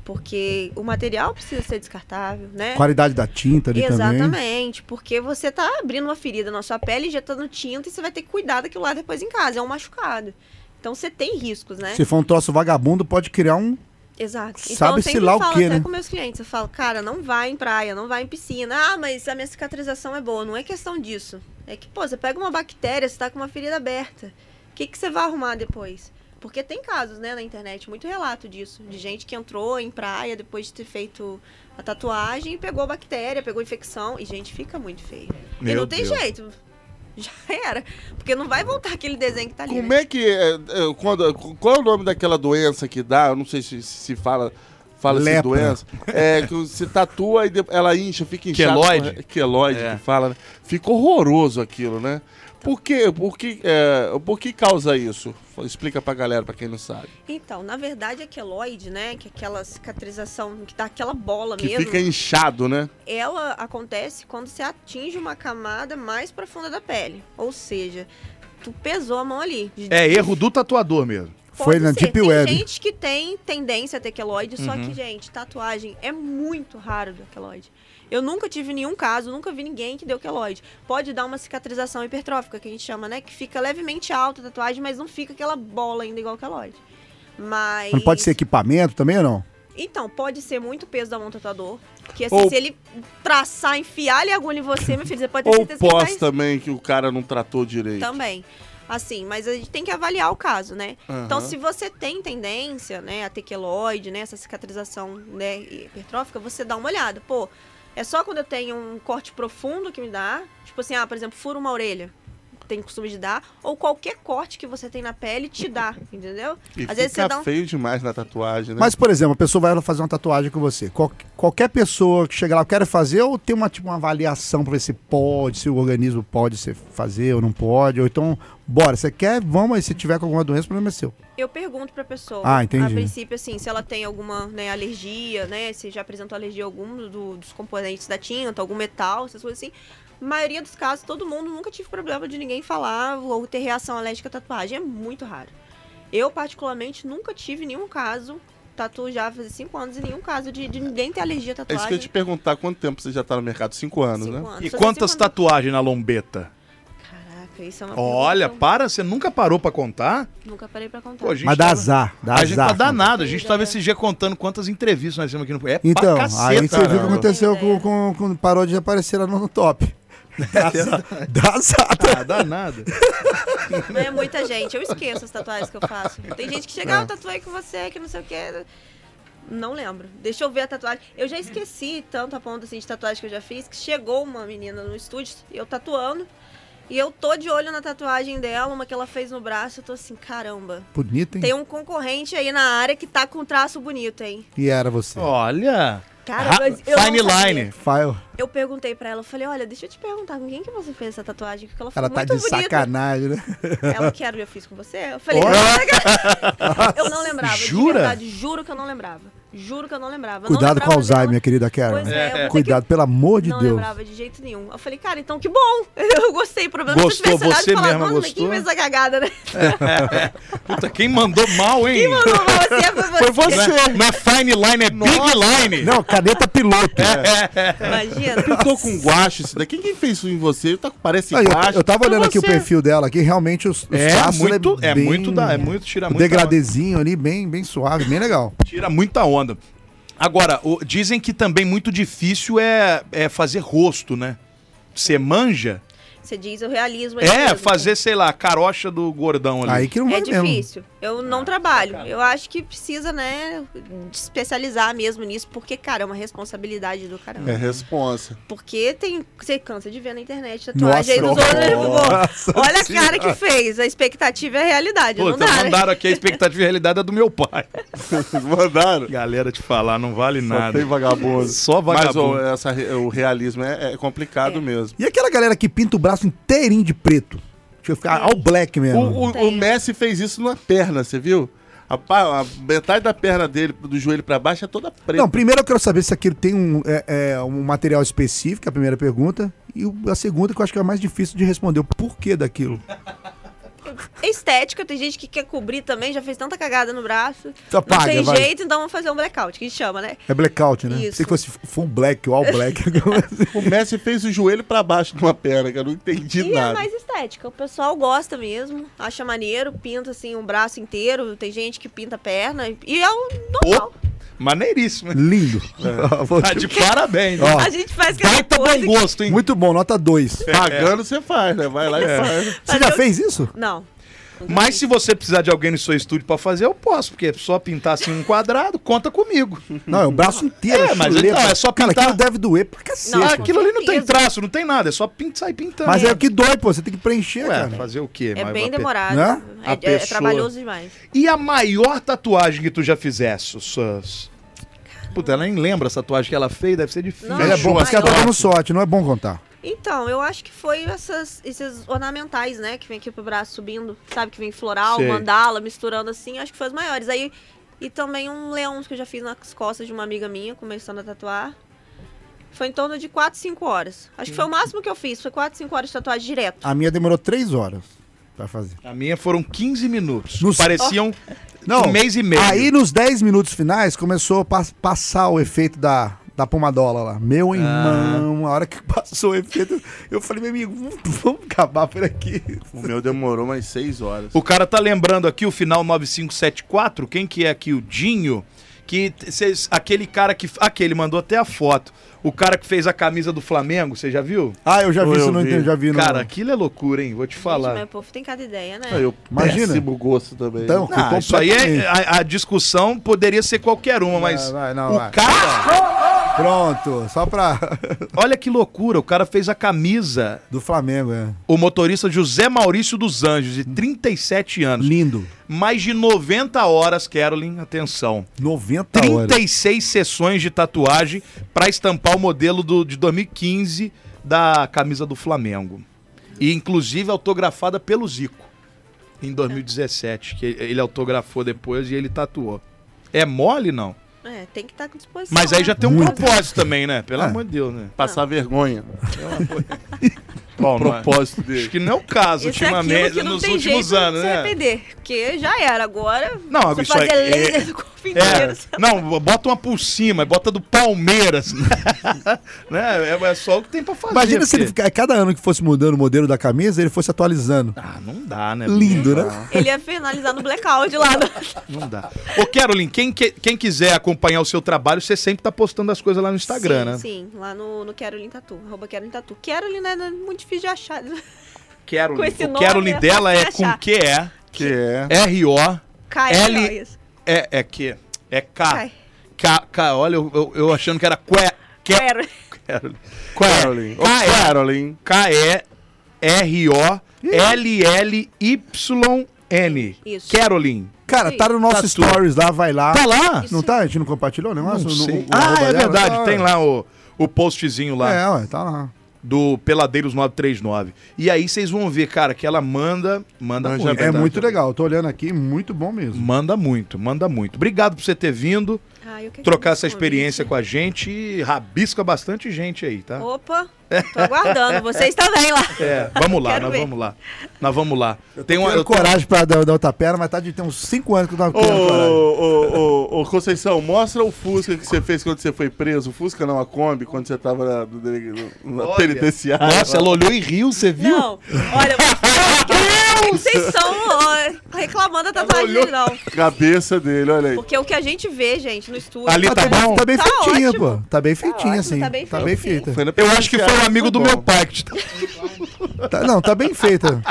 E: Porque o material precisa ser descartável, né?
C: Qualidade da tinta ali também.
E: Exatamente, porque você tá abrindo uma ferida na sua pele, injetando tinta e você vai ter que cuidar daquilo lá depois em casa, é um machucado. Então você tem riscos, né?
C: Se for um troço vagabundo, pode criar um.
E: Exato. Então,
C: Sabe-se lá o
E: falo
C: quê,
E: até
C: né?
E: com meus clientes, eu falo, cara, não vai em praia, não vai em piscina. Ah, mas a minha cicatrização é boa. Não é questão disso. É que, pô, você pega uma bactéria, você tá com uma ferida aberta. O que, que você vai arrumar depois? Porque tem casos, né, na internet, muito relato disso. De gente que entrou em praia depois de ter feito a tatuagem e pegou a bactéria, pegou infecção. E, gente, fica muito feio. e
D: Meu
E: não tem
D: Deus.
E: jeito. Já era. Porque não vai voltar aquele desenho que tá ali.
B: Como
E: né?
B: é que. é, é, quando, qual é o nome daquela doença que dá? Eu não sei se se fala. Fala essa
C: Lepra.
B: doença. É, que se tatua e de- ela incha, fica inchada.
D: Queloide?
B: Queloide
D: É.
B: que fala, né? Fica horroroso aquilo, né? Por que, por, que, é, por que causa isso? Explica pra galera, pra quem não sabe.
E: Então, na verdade, a queloide, né? Que é aquela cicatrização que dá aquela bola
B: Que
E: mesmo.
B: fica inchado, né?
E: Ela acontece quando você atinge uma camada mais profunda da pele. Ou seja, tu pesou a mão ali.
D: É erro do tatuador mesmo.
C: Foi na Deep
E: tem
C: Web.
E: gente que tem tendência a ter queloide, só que, gente, tatuagem é muito raro da queloide. Eu nunca tive nenhum caso, nunca vi ninguém que deu queloide. Pode dar uma cicatrização hipertrófica, que a gente chama, né? Que fica levemente alta a tatuagem, mas não fica aquela bola ainda igual queloide. Mas...
C: Não pode ser equipamento também ou não?
E: Então, pode ser muito peso da mão do tatuador. Porque assim,
B: Ou-
E: se ele traçar, enfiar ali a agulha em você, meu filho, você pode ter
B: Ou
E: certeza que
B: pós
E: vai
B: também, que o cara não tratou direito.
E: também. Assim, mas a gente tem que avaliar o caso, né? Então, se você tem tendência, né, a tequeloide, né, essa cicatrização, né, hipertrófica, você dá uma olhada. Pô, é só quando eu tenho um corte profundo que me dá, tipo assim, ah, por exemplo, furo uma orelha. tem costume de dar, ou qualquer corte que você tem na pele te dá, entendeu?
B: E
E: Às
B: fica
E: vezes você dá um.
B: feio demais na tatuagem, né?
C: Mas, por exemplo, a pessoa vai lá fazer uma tatuagem com você. Qual- qualquer pessoa que chega lá, eu quero fazer, ou tem uma, tipo, uma avaliação pra ver se pode, se o organismo pode ser, fazer ou não pode. Ou então, bora, você quer? Vamos aí, se tiver com alguma doença, o problema é seu.
E: Eu pergunto pra pessoa,
C: Ah, entendi.
E: a princípio, assim, se ela tem alguma né, alergia, né? Se já apresentou alergia a algum do- dos componentes da tinta, algum metal, essas coisas assim. A maioria dos casos, todo mundo nunca tive problema de ninguém falar ou ter reação alérgica à tatuagem. É muito raro. Eu, particularmente, nunca tive nenhum caso. Tatu já faz cinco anos e nenhum caso de, de ninguém ter alergia à
B: É
E: tatuagem.
B: isso que eu ia te perguntar, quanto tempo você já tá no mercado? Cinco anos,
E: Cinco
B: né?
E: anos.
D: E
E: Só tem
D: quantas
E: cinco anos.
D: tatuagens na lombeta?
E: Caraca, isso é uma
D: Olha,
E: pergunta
D: para, você nunca parou pra contar?
E: que eu Nunca parei pra contar.
D: Pô, a gente
C: Mas dá
D: tava-
C: azar, dá
D: a
C: azar.
D: gente tá danado, a
E: Sim,
D: gente
E: né?
D: tava esse dia contando quantas entrevistas nós temos aqui no... É pra
C: Então,
D: caceta, né,
C: aí você viu o que
D: cara.
C: aconteceu com, com, com- parou de aparecer lá no, no top.
D: É.
C: Dá azar.
D: Ah, danado.
E: Não é muita gente. Eu esqueço as tatuagens que eu faço. Tem gente que
C: É.
E: chega, ah, eu tatuei com você, que não sei o quê. Não lembro. Deixa eu ver a tatuagem. Eu já esqueci tanto a ponta assim, de tatuagem que eu já fiz, que chegou uma menina no estúdio, eu tatuando, e eu tô de olho na tatuagem dela, uma que ela fez no braço, eu tô assim, caramba.
C: Bonito, hein?
E: Tem um concorrente aí na área que tá com traço bonito, hein?
C: E era você.
D: Olha.
C: Ah,
E: Cara,
D: Ra-
E: mas eu
D: Fine
E: não sabia.
D: Line.
C: File.
E: Eu perguntei pra ela, eu falei, olha, deixa eu te perguntar, com quem que você fez essa tatuagem? Porque ela ficou
C: Ela tá
E: muito
C: de
E: bonita.
C: sacanagem, né?
E: Ela que era o que É um eu fiz com você? Eu falei, é eu não lembrava.
D: Jura?
E: De verdade, juro que eu não lembrava. Juro que eu não lembrava. Eu não
C: Cuidado com
E: lembrava
C: o Alzheimer, minha
E: dela.
C: querida Karen.
E: Pois é, eu vou ter
C: Cuidado, pelo amor de
E: não
C: Deus.
E: lembrava de jeito nenhum. Eu falei, cara, então que bom. Eu gostei. O problema é que se
D: Gostou,
E: eu tivesse olhado
D: você
E: e falado,
D: mesma
E: nossa, mas
D: gostou?
E: quem fez a cagada, né?
D: Puta, quem mandou mal, hein?
E: Não, não, você foi você.
D: Não é, não é Fine Line, é Big Line.
C: Não, caneta piloto.
D: É,
E: Imagina.
B: Pintou com guache isso daqui. Quem fez isso em você? Tá, parece
C: Não, eu,
B: guache.
C: eu tava
B: É
C: olhando aqui o
B: você.
C: perfil dela, aqui realmente os, os
D: É
C: traços,
D: muito,
C: ela
D: é
C: bem-
D: muito, da, é muito, tira
C: o
D: muito.
C: degradezinho ali, bem, bem suave, bem legal.
D: Tira muita onda. Agora, o- dizem que também muito difícil é, é fazer rosto, né? Você manja?
E: Você diz o realismo. aí
D: É,
E: mesmo.
D: fazer, sei lá, carocha do gordão ali.
C: Aí que não vai
E: É
C: mesmo.
E: difícil. Eu não trabalho. Eu acho que precisa, né, de especializar mesmo nisso, porque, cara, é uma responsabilidade do caramba.
B: É responsa.
E: Porque tem. Você cansa de ver na internet
C: Nossa,
E: tatuagem aí dos outros. né? Olha a cara que fez. A expectativa é a realidade. não
D: Puta,
E: dá, né?
D: mandaram aqui a expectativa de realidade é do meu pai.
B: Mandaram.
D: Galera, te falar, não vale
B: Só tem
D: nada.
B: vagabundo.
D: Só
B: Mas
D: vagabundo.
B: ô, essa re- o realismo é, é complicado mesmo.
C: E aquela galera que pinta o braço inteirinho de preto. Deixa eu ficar all black
B: O,
C: mesmo.
B: o- o Messi fez isso na perna, você viu? A, pa- a metade da perna dele, do joelho pra baixo, é toda preta.
C: Não, primeiro eu quero saber se aquilo tem um, é, é, um material específico, a primeira pergunta. E o- a segunda, que eu acho que é a mais difícil de responder, o porquê daquilo.
E: É Estética, tem gente que quer cobrir também, já fez tanta cagada no braço.
C: Então
E: não
C: apaga,
E: tem
C: vai.
E: jeito, então vamos fazer um blackout, que chama, né?
C: É blackout, né?
E: Isso.
C: Se fosse full black ou all black.
B: O Messi fez o joelho pra baixo numa perna, que eu não entendi
E: E é
B: nada.
E: mais estética. O pessoal gosta mesmo, acha maneiro, pinta assim um braço inteiro. Tem gente que pinta a perna. E é o normal.
D: Maneiríssimo. hein?
C: Lindo. Vou
D: Tá
C: te-
D: de parabéns.
C: Ó,
E: A gente faz cada
D: Baita
E: coisa.
D: bom
E: que-
D: gosto, hein?
C: Muito bom, nota 2.
D: É.
B: Pagando, você faz, né? Vai lá e faz.
C: Você já fez isso?
E: Não.
D: Mas se você precisar de alguém no seu estúdio pra fazer, eu posso, porque é só pintar assim um quadrado, conta comigo.
C: Não, é o braço inteiro.
D: É, mas
C: chuleta.
D: então, é só
C: Cara,
D: pintar.
C: aquilo deve doer pra cacete.
E: Não,
D: Ah,
E: com
D: aquilo ali não tem
E: certeza.
D: traço, não tem nada, é só pintar, sair pintando.
C: mas é o que dói, pô. Você tem que preencher,
D: Ué,
C: cara.
D: fazer o quê?
E: É
D: Mas
E: bem
D: vai pe-
E: demorado.
C: Né?
E: É,
D: A
E: é
D: pessoa-
E: trabalhoso demais.
D: E a maior tatuagem que tu já fizesse, Sus? Puta, ela nem lembra essa tatuagem que ela fez, deve ser difícil.
E: Não,
C: Ele é bom, mas que ela tá
E: Maior.
C: dando sorte, não é bom contar.
E: Então, eu acho que foi essas, esses ornamentais, né? Que vem aqui pro braço subindo, sabe? Que vem floral,
D: Sei.
E: mandala, misturando assim. Acho que foi as maiores. Aí, e também um leão que eu já fiz nas costas de uma amiga minha, começando a tatuar. Foi em torno de 4, 5 horas. Acho que foi o máximo que eu fiz. Foi 4, 5 horas de tatuagem direto.
C: A minha demorou três horas pra fazer.
D: A minha foram 15 minutos.
C: Nos-
D: Pareciam
C: Não,
D: um mês e meio.
C: Aí nos 10 minutos finais começou a pas- passar o efeito da, da pomadola lá. Meu
D: Ah.
C: irmão, a hora que passou o efeito, eu falei, meu amigo, vamos, vamos acabar por aqui.
B: O meu demorou mais seis horas.
D: O cara tá lembrando aqui o final 9574, quem que é aqui? O Dinho, que t- cês- aquele cara que. Aquele mandou até a foto. O cara que fez a camisa do Flamengo, você já viu?
C: Ah, eu já vi
B: Eu
C: isso, não
B: vi.
C: entendi, já vi. no-
D: Cara, aquilo é loucura, hein? Vou te
E: Gente,
D: falar.
E: mas o povo tem cada ideia, né?
D: Ah,
B: Aí eu
C: Imagina.
B: péssimo gosto também.
C: Então,
B: Ah,
D: Isso aí é. A, a discussão poderia ser qualquer uma, mas.
C: vai, não,
D: o
C: vai.
D: cara.
C: Pronto, só pra.
D: Olha que loucura, o cara fez a camisa,
C: Do Flamengo, é.
D: o motorista José Maurício dos Anjos, de 37 anos.
C: Lindo.
D: Mais de 90 horas, Carolyn, atenção.
C: 90 horas.
D: 36 sessões de tatuagem pra estampar o modelo do- de 2015 da camisa do Flamengo. E inclusive autografada pelo Zico em 2017, que ele autografou depois e ele tatuou. É mole não?
E: É, tem que estar com disposição.
D: Mas aí
E: né?
D: já tem um
C: Muito.
D: propósito também, né? Pelo
C: Ah.
D: amor de Deus, né?
B: Passar vergonha.
D: Bom,
B: O
D: não é-
B: propósito
D: Acho
B: dele.
D: que não é o caso,
E: Esse é aquilo
D: ultimamente,
E: que não
D: nos
E: tem
D: últimos
E: jeito
D: anos,
E: de se
D: né?
E: arrepender. Porque já era. Agora,
D: Não,
E: você
D: isso
E: fazer
D: aí é-
E: laser do corpo inteiro.
D: É, não, bota uma por cima, bota do Palmeiras. né? É, é só o que tem pra fazer.
C: Imagina se ele
D: porque-
C: ficar, é, cada ano que fosse mudando o modelo da camisa, ele fosse atualizando.
D: Ah, não dá, né?
C: Lindo, né?
E: Ele ia finalizar no blackout lá. do-
D: Não dá. Ô, Carolyn, quem, que- quem quiser acompanhar o seu trabalho, você sempre tá postando as coisas lá no Instagram,
E: sim,
D: né?
E: Sim, lá no, no Carolyn Tatu, arroba Carolyn Tatu. Carolyn não é não é muito difícil de achar.
D: Carolyn.
E: Com esse
D: o
E: nome,
D: Carolyn
E: é
D: dela é
E: fácil de
D: com
E: achar.
D: QE,
B: Que é.
D: R-O,
E: Caio,
D: L-
E: isso.
D: é, é Q, é K.
E: Cai.
D: K, K, olha, eu, eu- eu achando que era Qué. Qué-
E: Carolyn.
D: Carolyn.
B: Carolyn. Ô,
D: K-E.
B: Carolyn.
D: K-E-R-O-L-L-Y-N.
E: Isso.
D: Carolyn.
C: Cara, tá no nosso
D: Tatu.
C: stories lá, vai lá.
D: Tá lá?
C: Não tá? A gente não compartilhou o negócio? No- o- o
D: ah,
C: arroba
D: é
C: dela?
D: verdade.
C: Tá,
D: Tem
C: ué.
D: lá o, o postzinho lá.
C: É, ué, tá lá.
D: do Peladeiros 939. E aí vocês vão ver, cara, que ela manda, manda
B: Manja
D: muito.
C: É
B: verdade.
C: muito legal, tô olhando aqui, muito bom mesmo.
D: Manda muito, manda muito. Obrigado por você ter vindo,
E: Ah, eu que
D: trocar
E: agradeço
D: essa
E: o
D: experiência
E: convite.
D: com a gente e rabisca bastante gente aí, tá?
E: Opa, tô aguardando. Vocês também lá.
D: É, vamos lá,
E: Quero
D: nós
E: ver.
D: vamos lá. Nós vamos lá. Tem uma,
C: Eu tenho
D: eu
C: coragem pra dar, dar outra perna, mas tá de ter uns 5 anos que eu tava
B: Ô,
C: tendo coragem.
B: ô, ô, ô, Conceição, mostra o Fusca que você fez quando você foi preso. O Fusca não, a Kombi, quando você tava na, do dele- no- na
D: Olha.
B: penitenciária.
D: Nossa, ela olhou e riu, você viu?
E: Não, olha, mas- vocês são ó, reclamando da tatuagem,
D: olhou.
E: não.
B: Cabeça dele, olha aí.
E: Porque o que a gente vê, gente, no estúdio.
D: Ali tá
E: quando-
D: bom?
C: Tá bem
E: Tá
C: feitinha,
E: ótimo.
C: pô. Tá bem feitinha,
E: ótimo,
C: assim.
E: tá bem
C: Tá bem
E: feitinho.
C: feita.
B: Foi na
D: Eu acho que foi um
B: penitenciária,
D: amigo do
B: bom.
D: meu pai que te-
C: Tá- não, tá bem feita.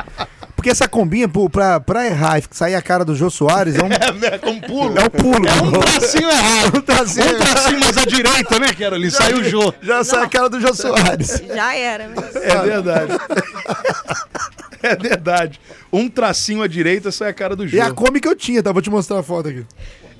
C: Porque essa combinha, pô, pra, pra errar e sair a cara do Jô Soares, é um, é
D: É, com pulo.
C: um pulo. É
D: É um tracinho errado. Um
C: tracinho
D: Um tracinho mais à direita, né, Carolina? Saiu o jogo.
C: Já sai a cara do Jô Soares.
E: Já era, mas.
D: É verdade. é verdade. Um tracinho à direita sai a cara do
C: E É a
D: jogo.
C: Kombi que eu tinha, tá? Vou te mostrar a foto aqui.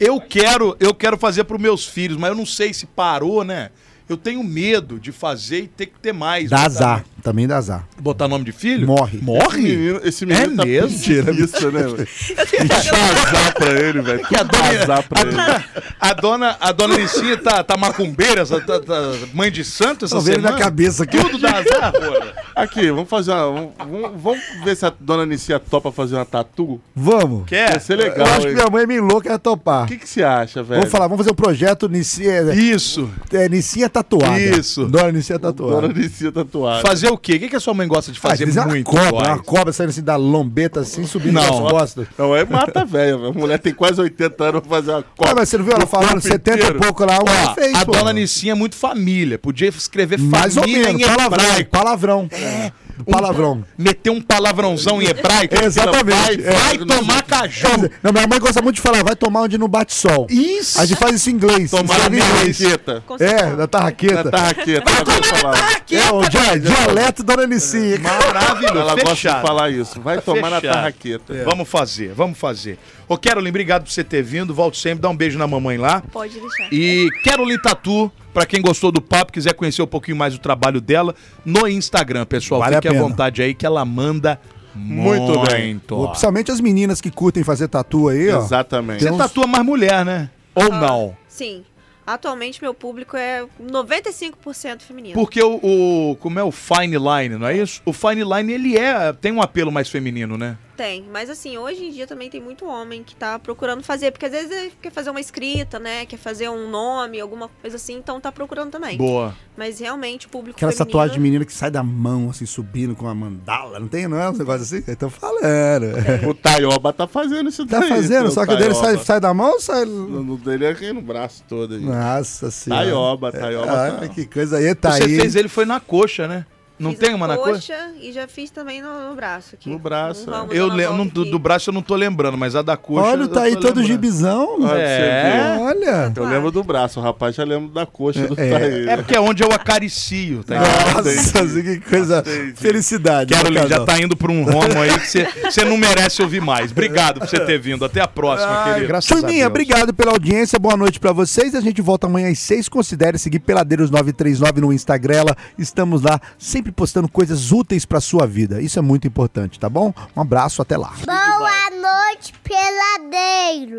D: Eu quero, eu quero fazer para meus filhos, mas eu não sei se parou, né? Eu tenho medo de fazer e ter que ter mais.
C: Dá
D: Botar-
C: azar. Também dá azar.
D: Botar nome de filho?
C: Morre.
B: Esse
D: Morre?
B: menino, esse menino
D: É
B: tá
D: mesmo?
B: isso, né, velho?
E: Eu tenho que fazer um-
B: Azar pra ele, velho. Que azar pra ele.
D: A dona, a dona Licinha tá, tá macumbeira, essa- tá, tá mãe de santo essa
C: Tô vendo
D: semana.
C: na cabeça aqui.
D: Tudo dá azar, porra.
B: Aqui, vamos fazer uma. Vamos, vamos ver se a dona Nicia topa fazer uma tatu.
C: Vamos.
D: Quer?
B: Ia ser
C: Eu
B: legal.
C: acho que
B: hein?
C: minha mãe é meio louca ia topar.
B: O que, que você acha, velho?
C: Vamos falar, vamos fazer um projeto Nicinha,
D: Isso.
C: é, Nicinha Tatuada.
D: Isso.
C: Dona Nicinha
B: Dona
C: Tatuada.
B: Nicia tatuada.
D: Fazer o quê? O que, que a sua mãe gosta de
C: Ah,
D: fazer
C: eles é uma
D: muito?
C: cobra,
D: Góis?
C: uma cobra saindo assim da lombeta, assim, subindo nas
D: Não.
C: costas.
B: Não, é mata velha, velho. A mulher tem quase 80 anos pra fazer uma copa.
C: Ah, mas você não viu ela
B: do corpo
C: falando 70
B: inteiro.
C: e pouco lá?
D: Ó,
C: Ela fez,
D: a
C: pô.
D: dona Nicinha é muito família. Podia escrever
C: Mais ou
D: família
C: menos,
D: em
C: palavrão.
D: hebraico. É, um
C: Palavrão. É, Palavrão.
D: Meter um palavrãozão em hebraico.
C: Exatamente.
D: Vai, vai
B: É.
D: tomar caju.
C: Quer dizer, Não, minha mãe gosta muito de falar, vai tomar onde não bate sol.
D: Isso.
C: A gente faz isso em inglês.
B: Tomara
C: escreve em
B: minha
C: inglês.
B: raqueta.
C: É, da
B: Na
C: tarraqueta.
B: tarraqueta. Ela gosta de falar.
C: É, o dia- dialeto dona Nicinha.
D: É, Maravilhoso.
B: Ela gosta de
D: Fechado. Tá
B: falar isso. Vai tomar na
D: Fechado. É.
B: tarraqueta.
D: Vamos fazer, vamos fazer. Ô, Carolyn, obrigado por você ter vindo. Volto sempre, dá um beijo na mamãe lá.
E: Pode deixar.
D: E Carolyn Tatu, pra quem gostou do papo, quiser conhecer um pouquinho mais do trabalho dela, no Instagram, pessoal.
C: Vale a
D: Fique à
C: pena.
D: vontade aí que ela manda muito,
B: Muito bem.
C: Pô, Principalmente as meninas que curtem fazer tatu aí, ó.
B: Exatamente.
D: Você
C: Tem uns-
D: tatua mais mulher, né? Ou não?
E: Sim. Atualmente meu público é 95% feminino.
D: Porque o, o- Como é o fine line, não é isso? O fine line, ele é. Tem um apelo mais feminino, né?
E: Tem, mas assim, hoje em dia também tem muito homem que tá procurando fazer, porque às vezes ele quer fazer uma escrita, né? Quer fazer um nome, alguma coisa assim, então tá procurando também.
D: Boa.
E: Mas realmente o público
C: Aquela
E: feminino...
C: tatuagem de menina que sai da mão, assim, subindo com uma mandala. Não tem, não é um negócio assim? Eu tô falando.
B: O Taioba tá fazendo isso
C: É. Tá
B: daí,
C: fazendo,
B: seu
C: só que o dele sai,
B: Taioba.
C: sai da mão ou sai...
B: No dele é aqui no braço todo aí.
C: Ah, Nossa senhora.
B: Taioba, Taioba.
C: Ah,
B: tá-
C: que coisa aí, tá
D: Você
C: aí.
D: fez ele foi na coxa, né? Não
E: Fiz
D: tem uma na
E: coxa e já fiz também no, no braço aqui.
B: No braço,
E: Um
B: é.
E: ramo
D: Eu
E: da
D: lembro,
E: Anavolta
D: do,
E: que-
D: do braço eu não tô lembrando, mas a da coxa.
C: Olha,
D: eu
C: tá
D: tô
C: aí todo
D: lembrando.
C: gibizão.
B: né? Olha pra
D: É.
B: você ver.
C: Olha.
B: Eu lembro do braço, o rapaz já lembro da coxa do
C: É.
B: Thaís.
D: É porque é onde eu acaricio, tá ligado?
C: Nossa, assim, que coisa. Felicidade. né,
D: Carolina, já
C: casal?
D: tá indo pra um rumo aí que você- você não merece ouvir mais. Obrigado por você ter vindo. Até a próxima, querido.
C: Ah, Graças Turminha,
D: a Deus.
C: obrigado pela audiência, boa noite pra vocês. A gente volta amanhã às seis. Considere seguir Peladeiros 939 no Instagram. Estamos lá sempre postando coisas úteis pra sua vida. Isso é muito importante, tá bom? Um abraço, até lá.
F: Boa noite, peladeiro.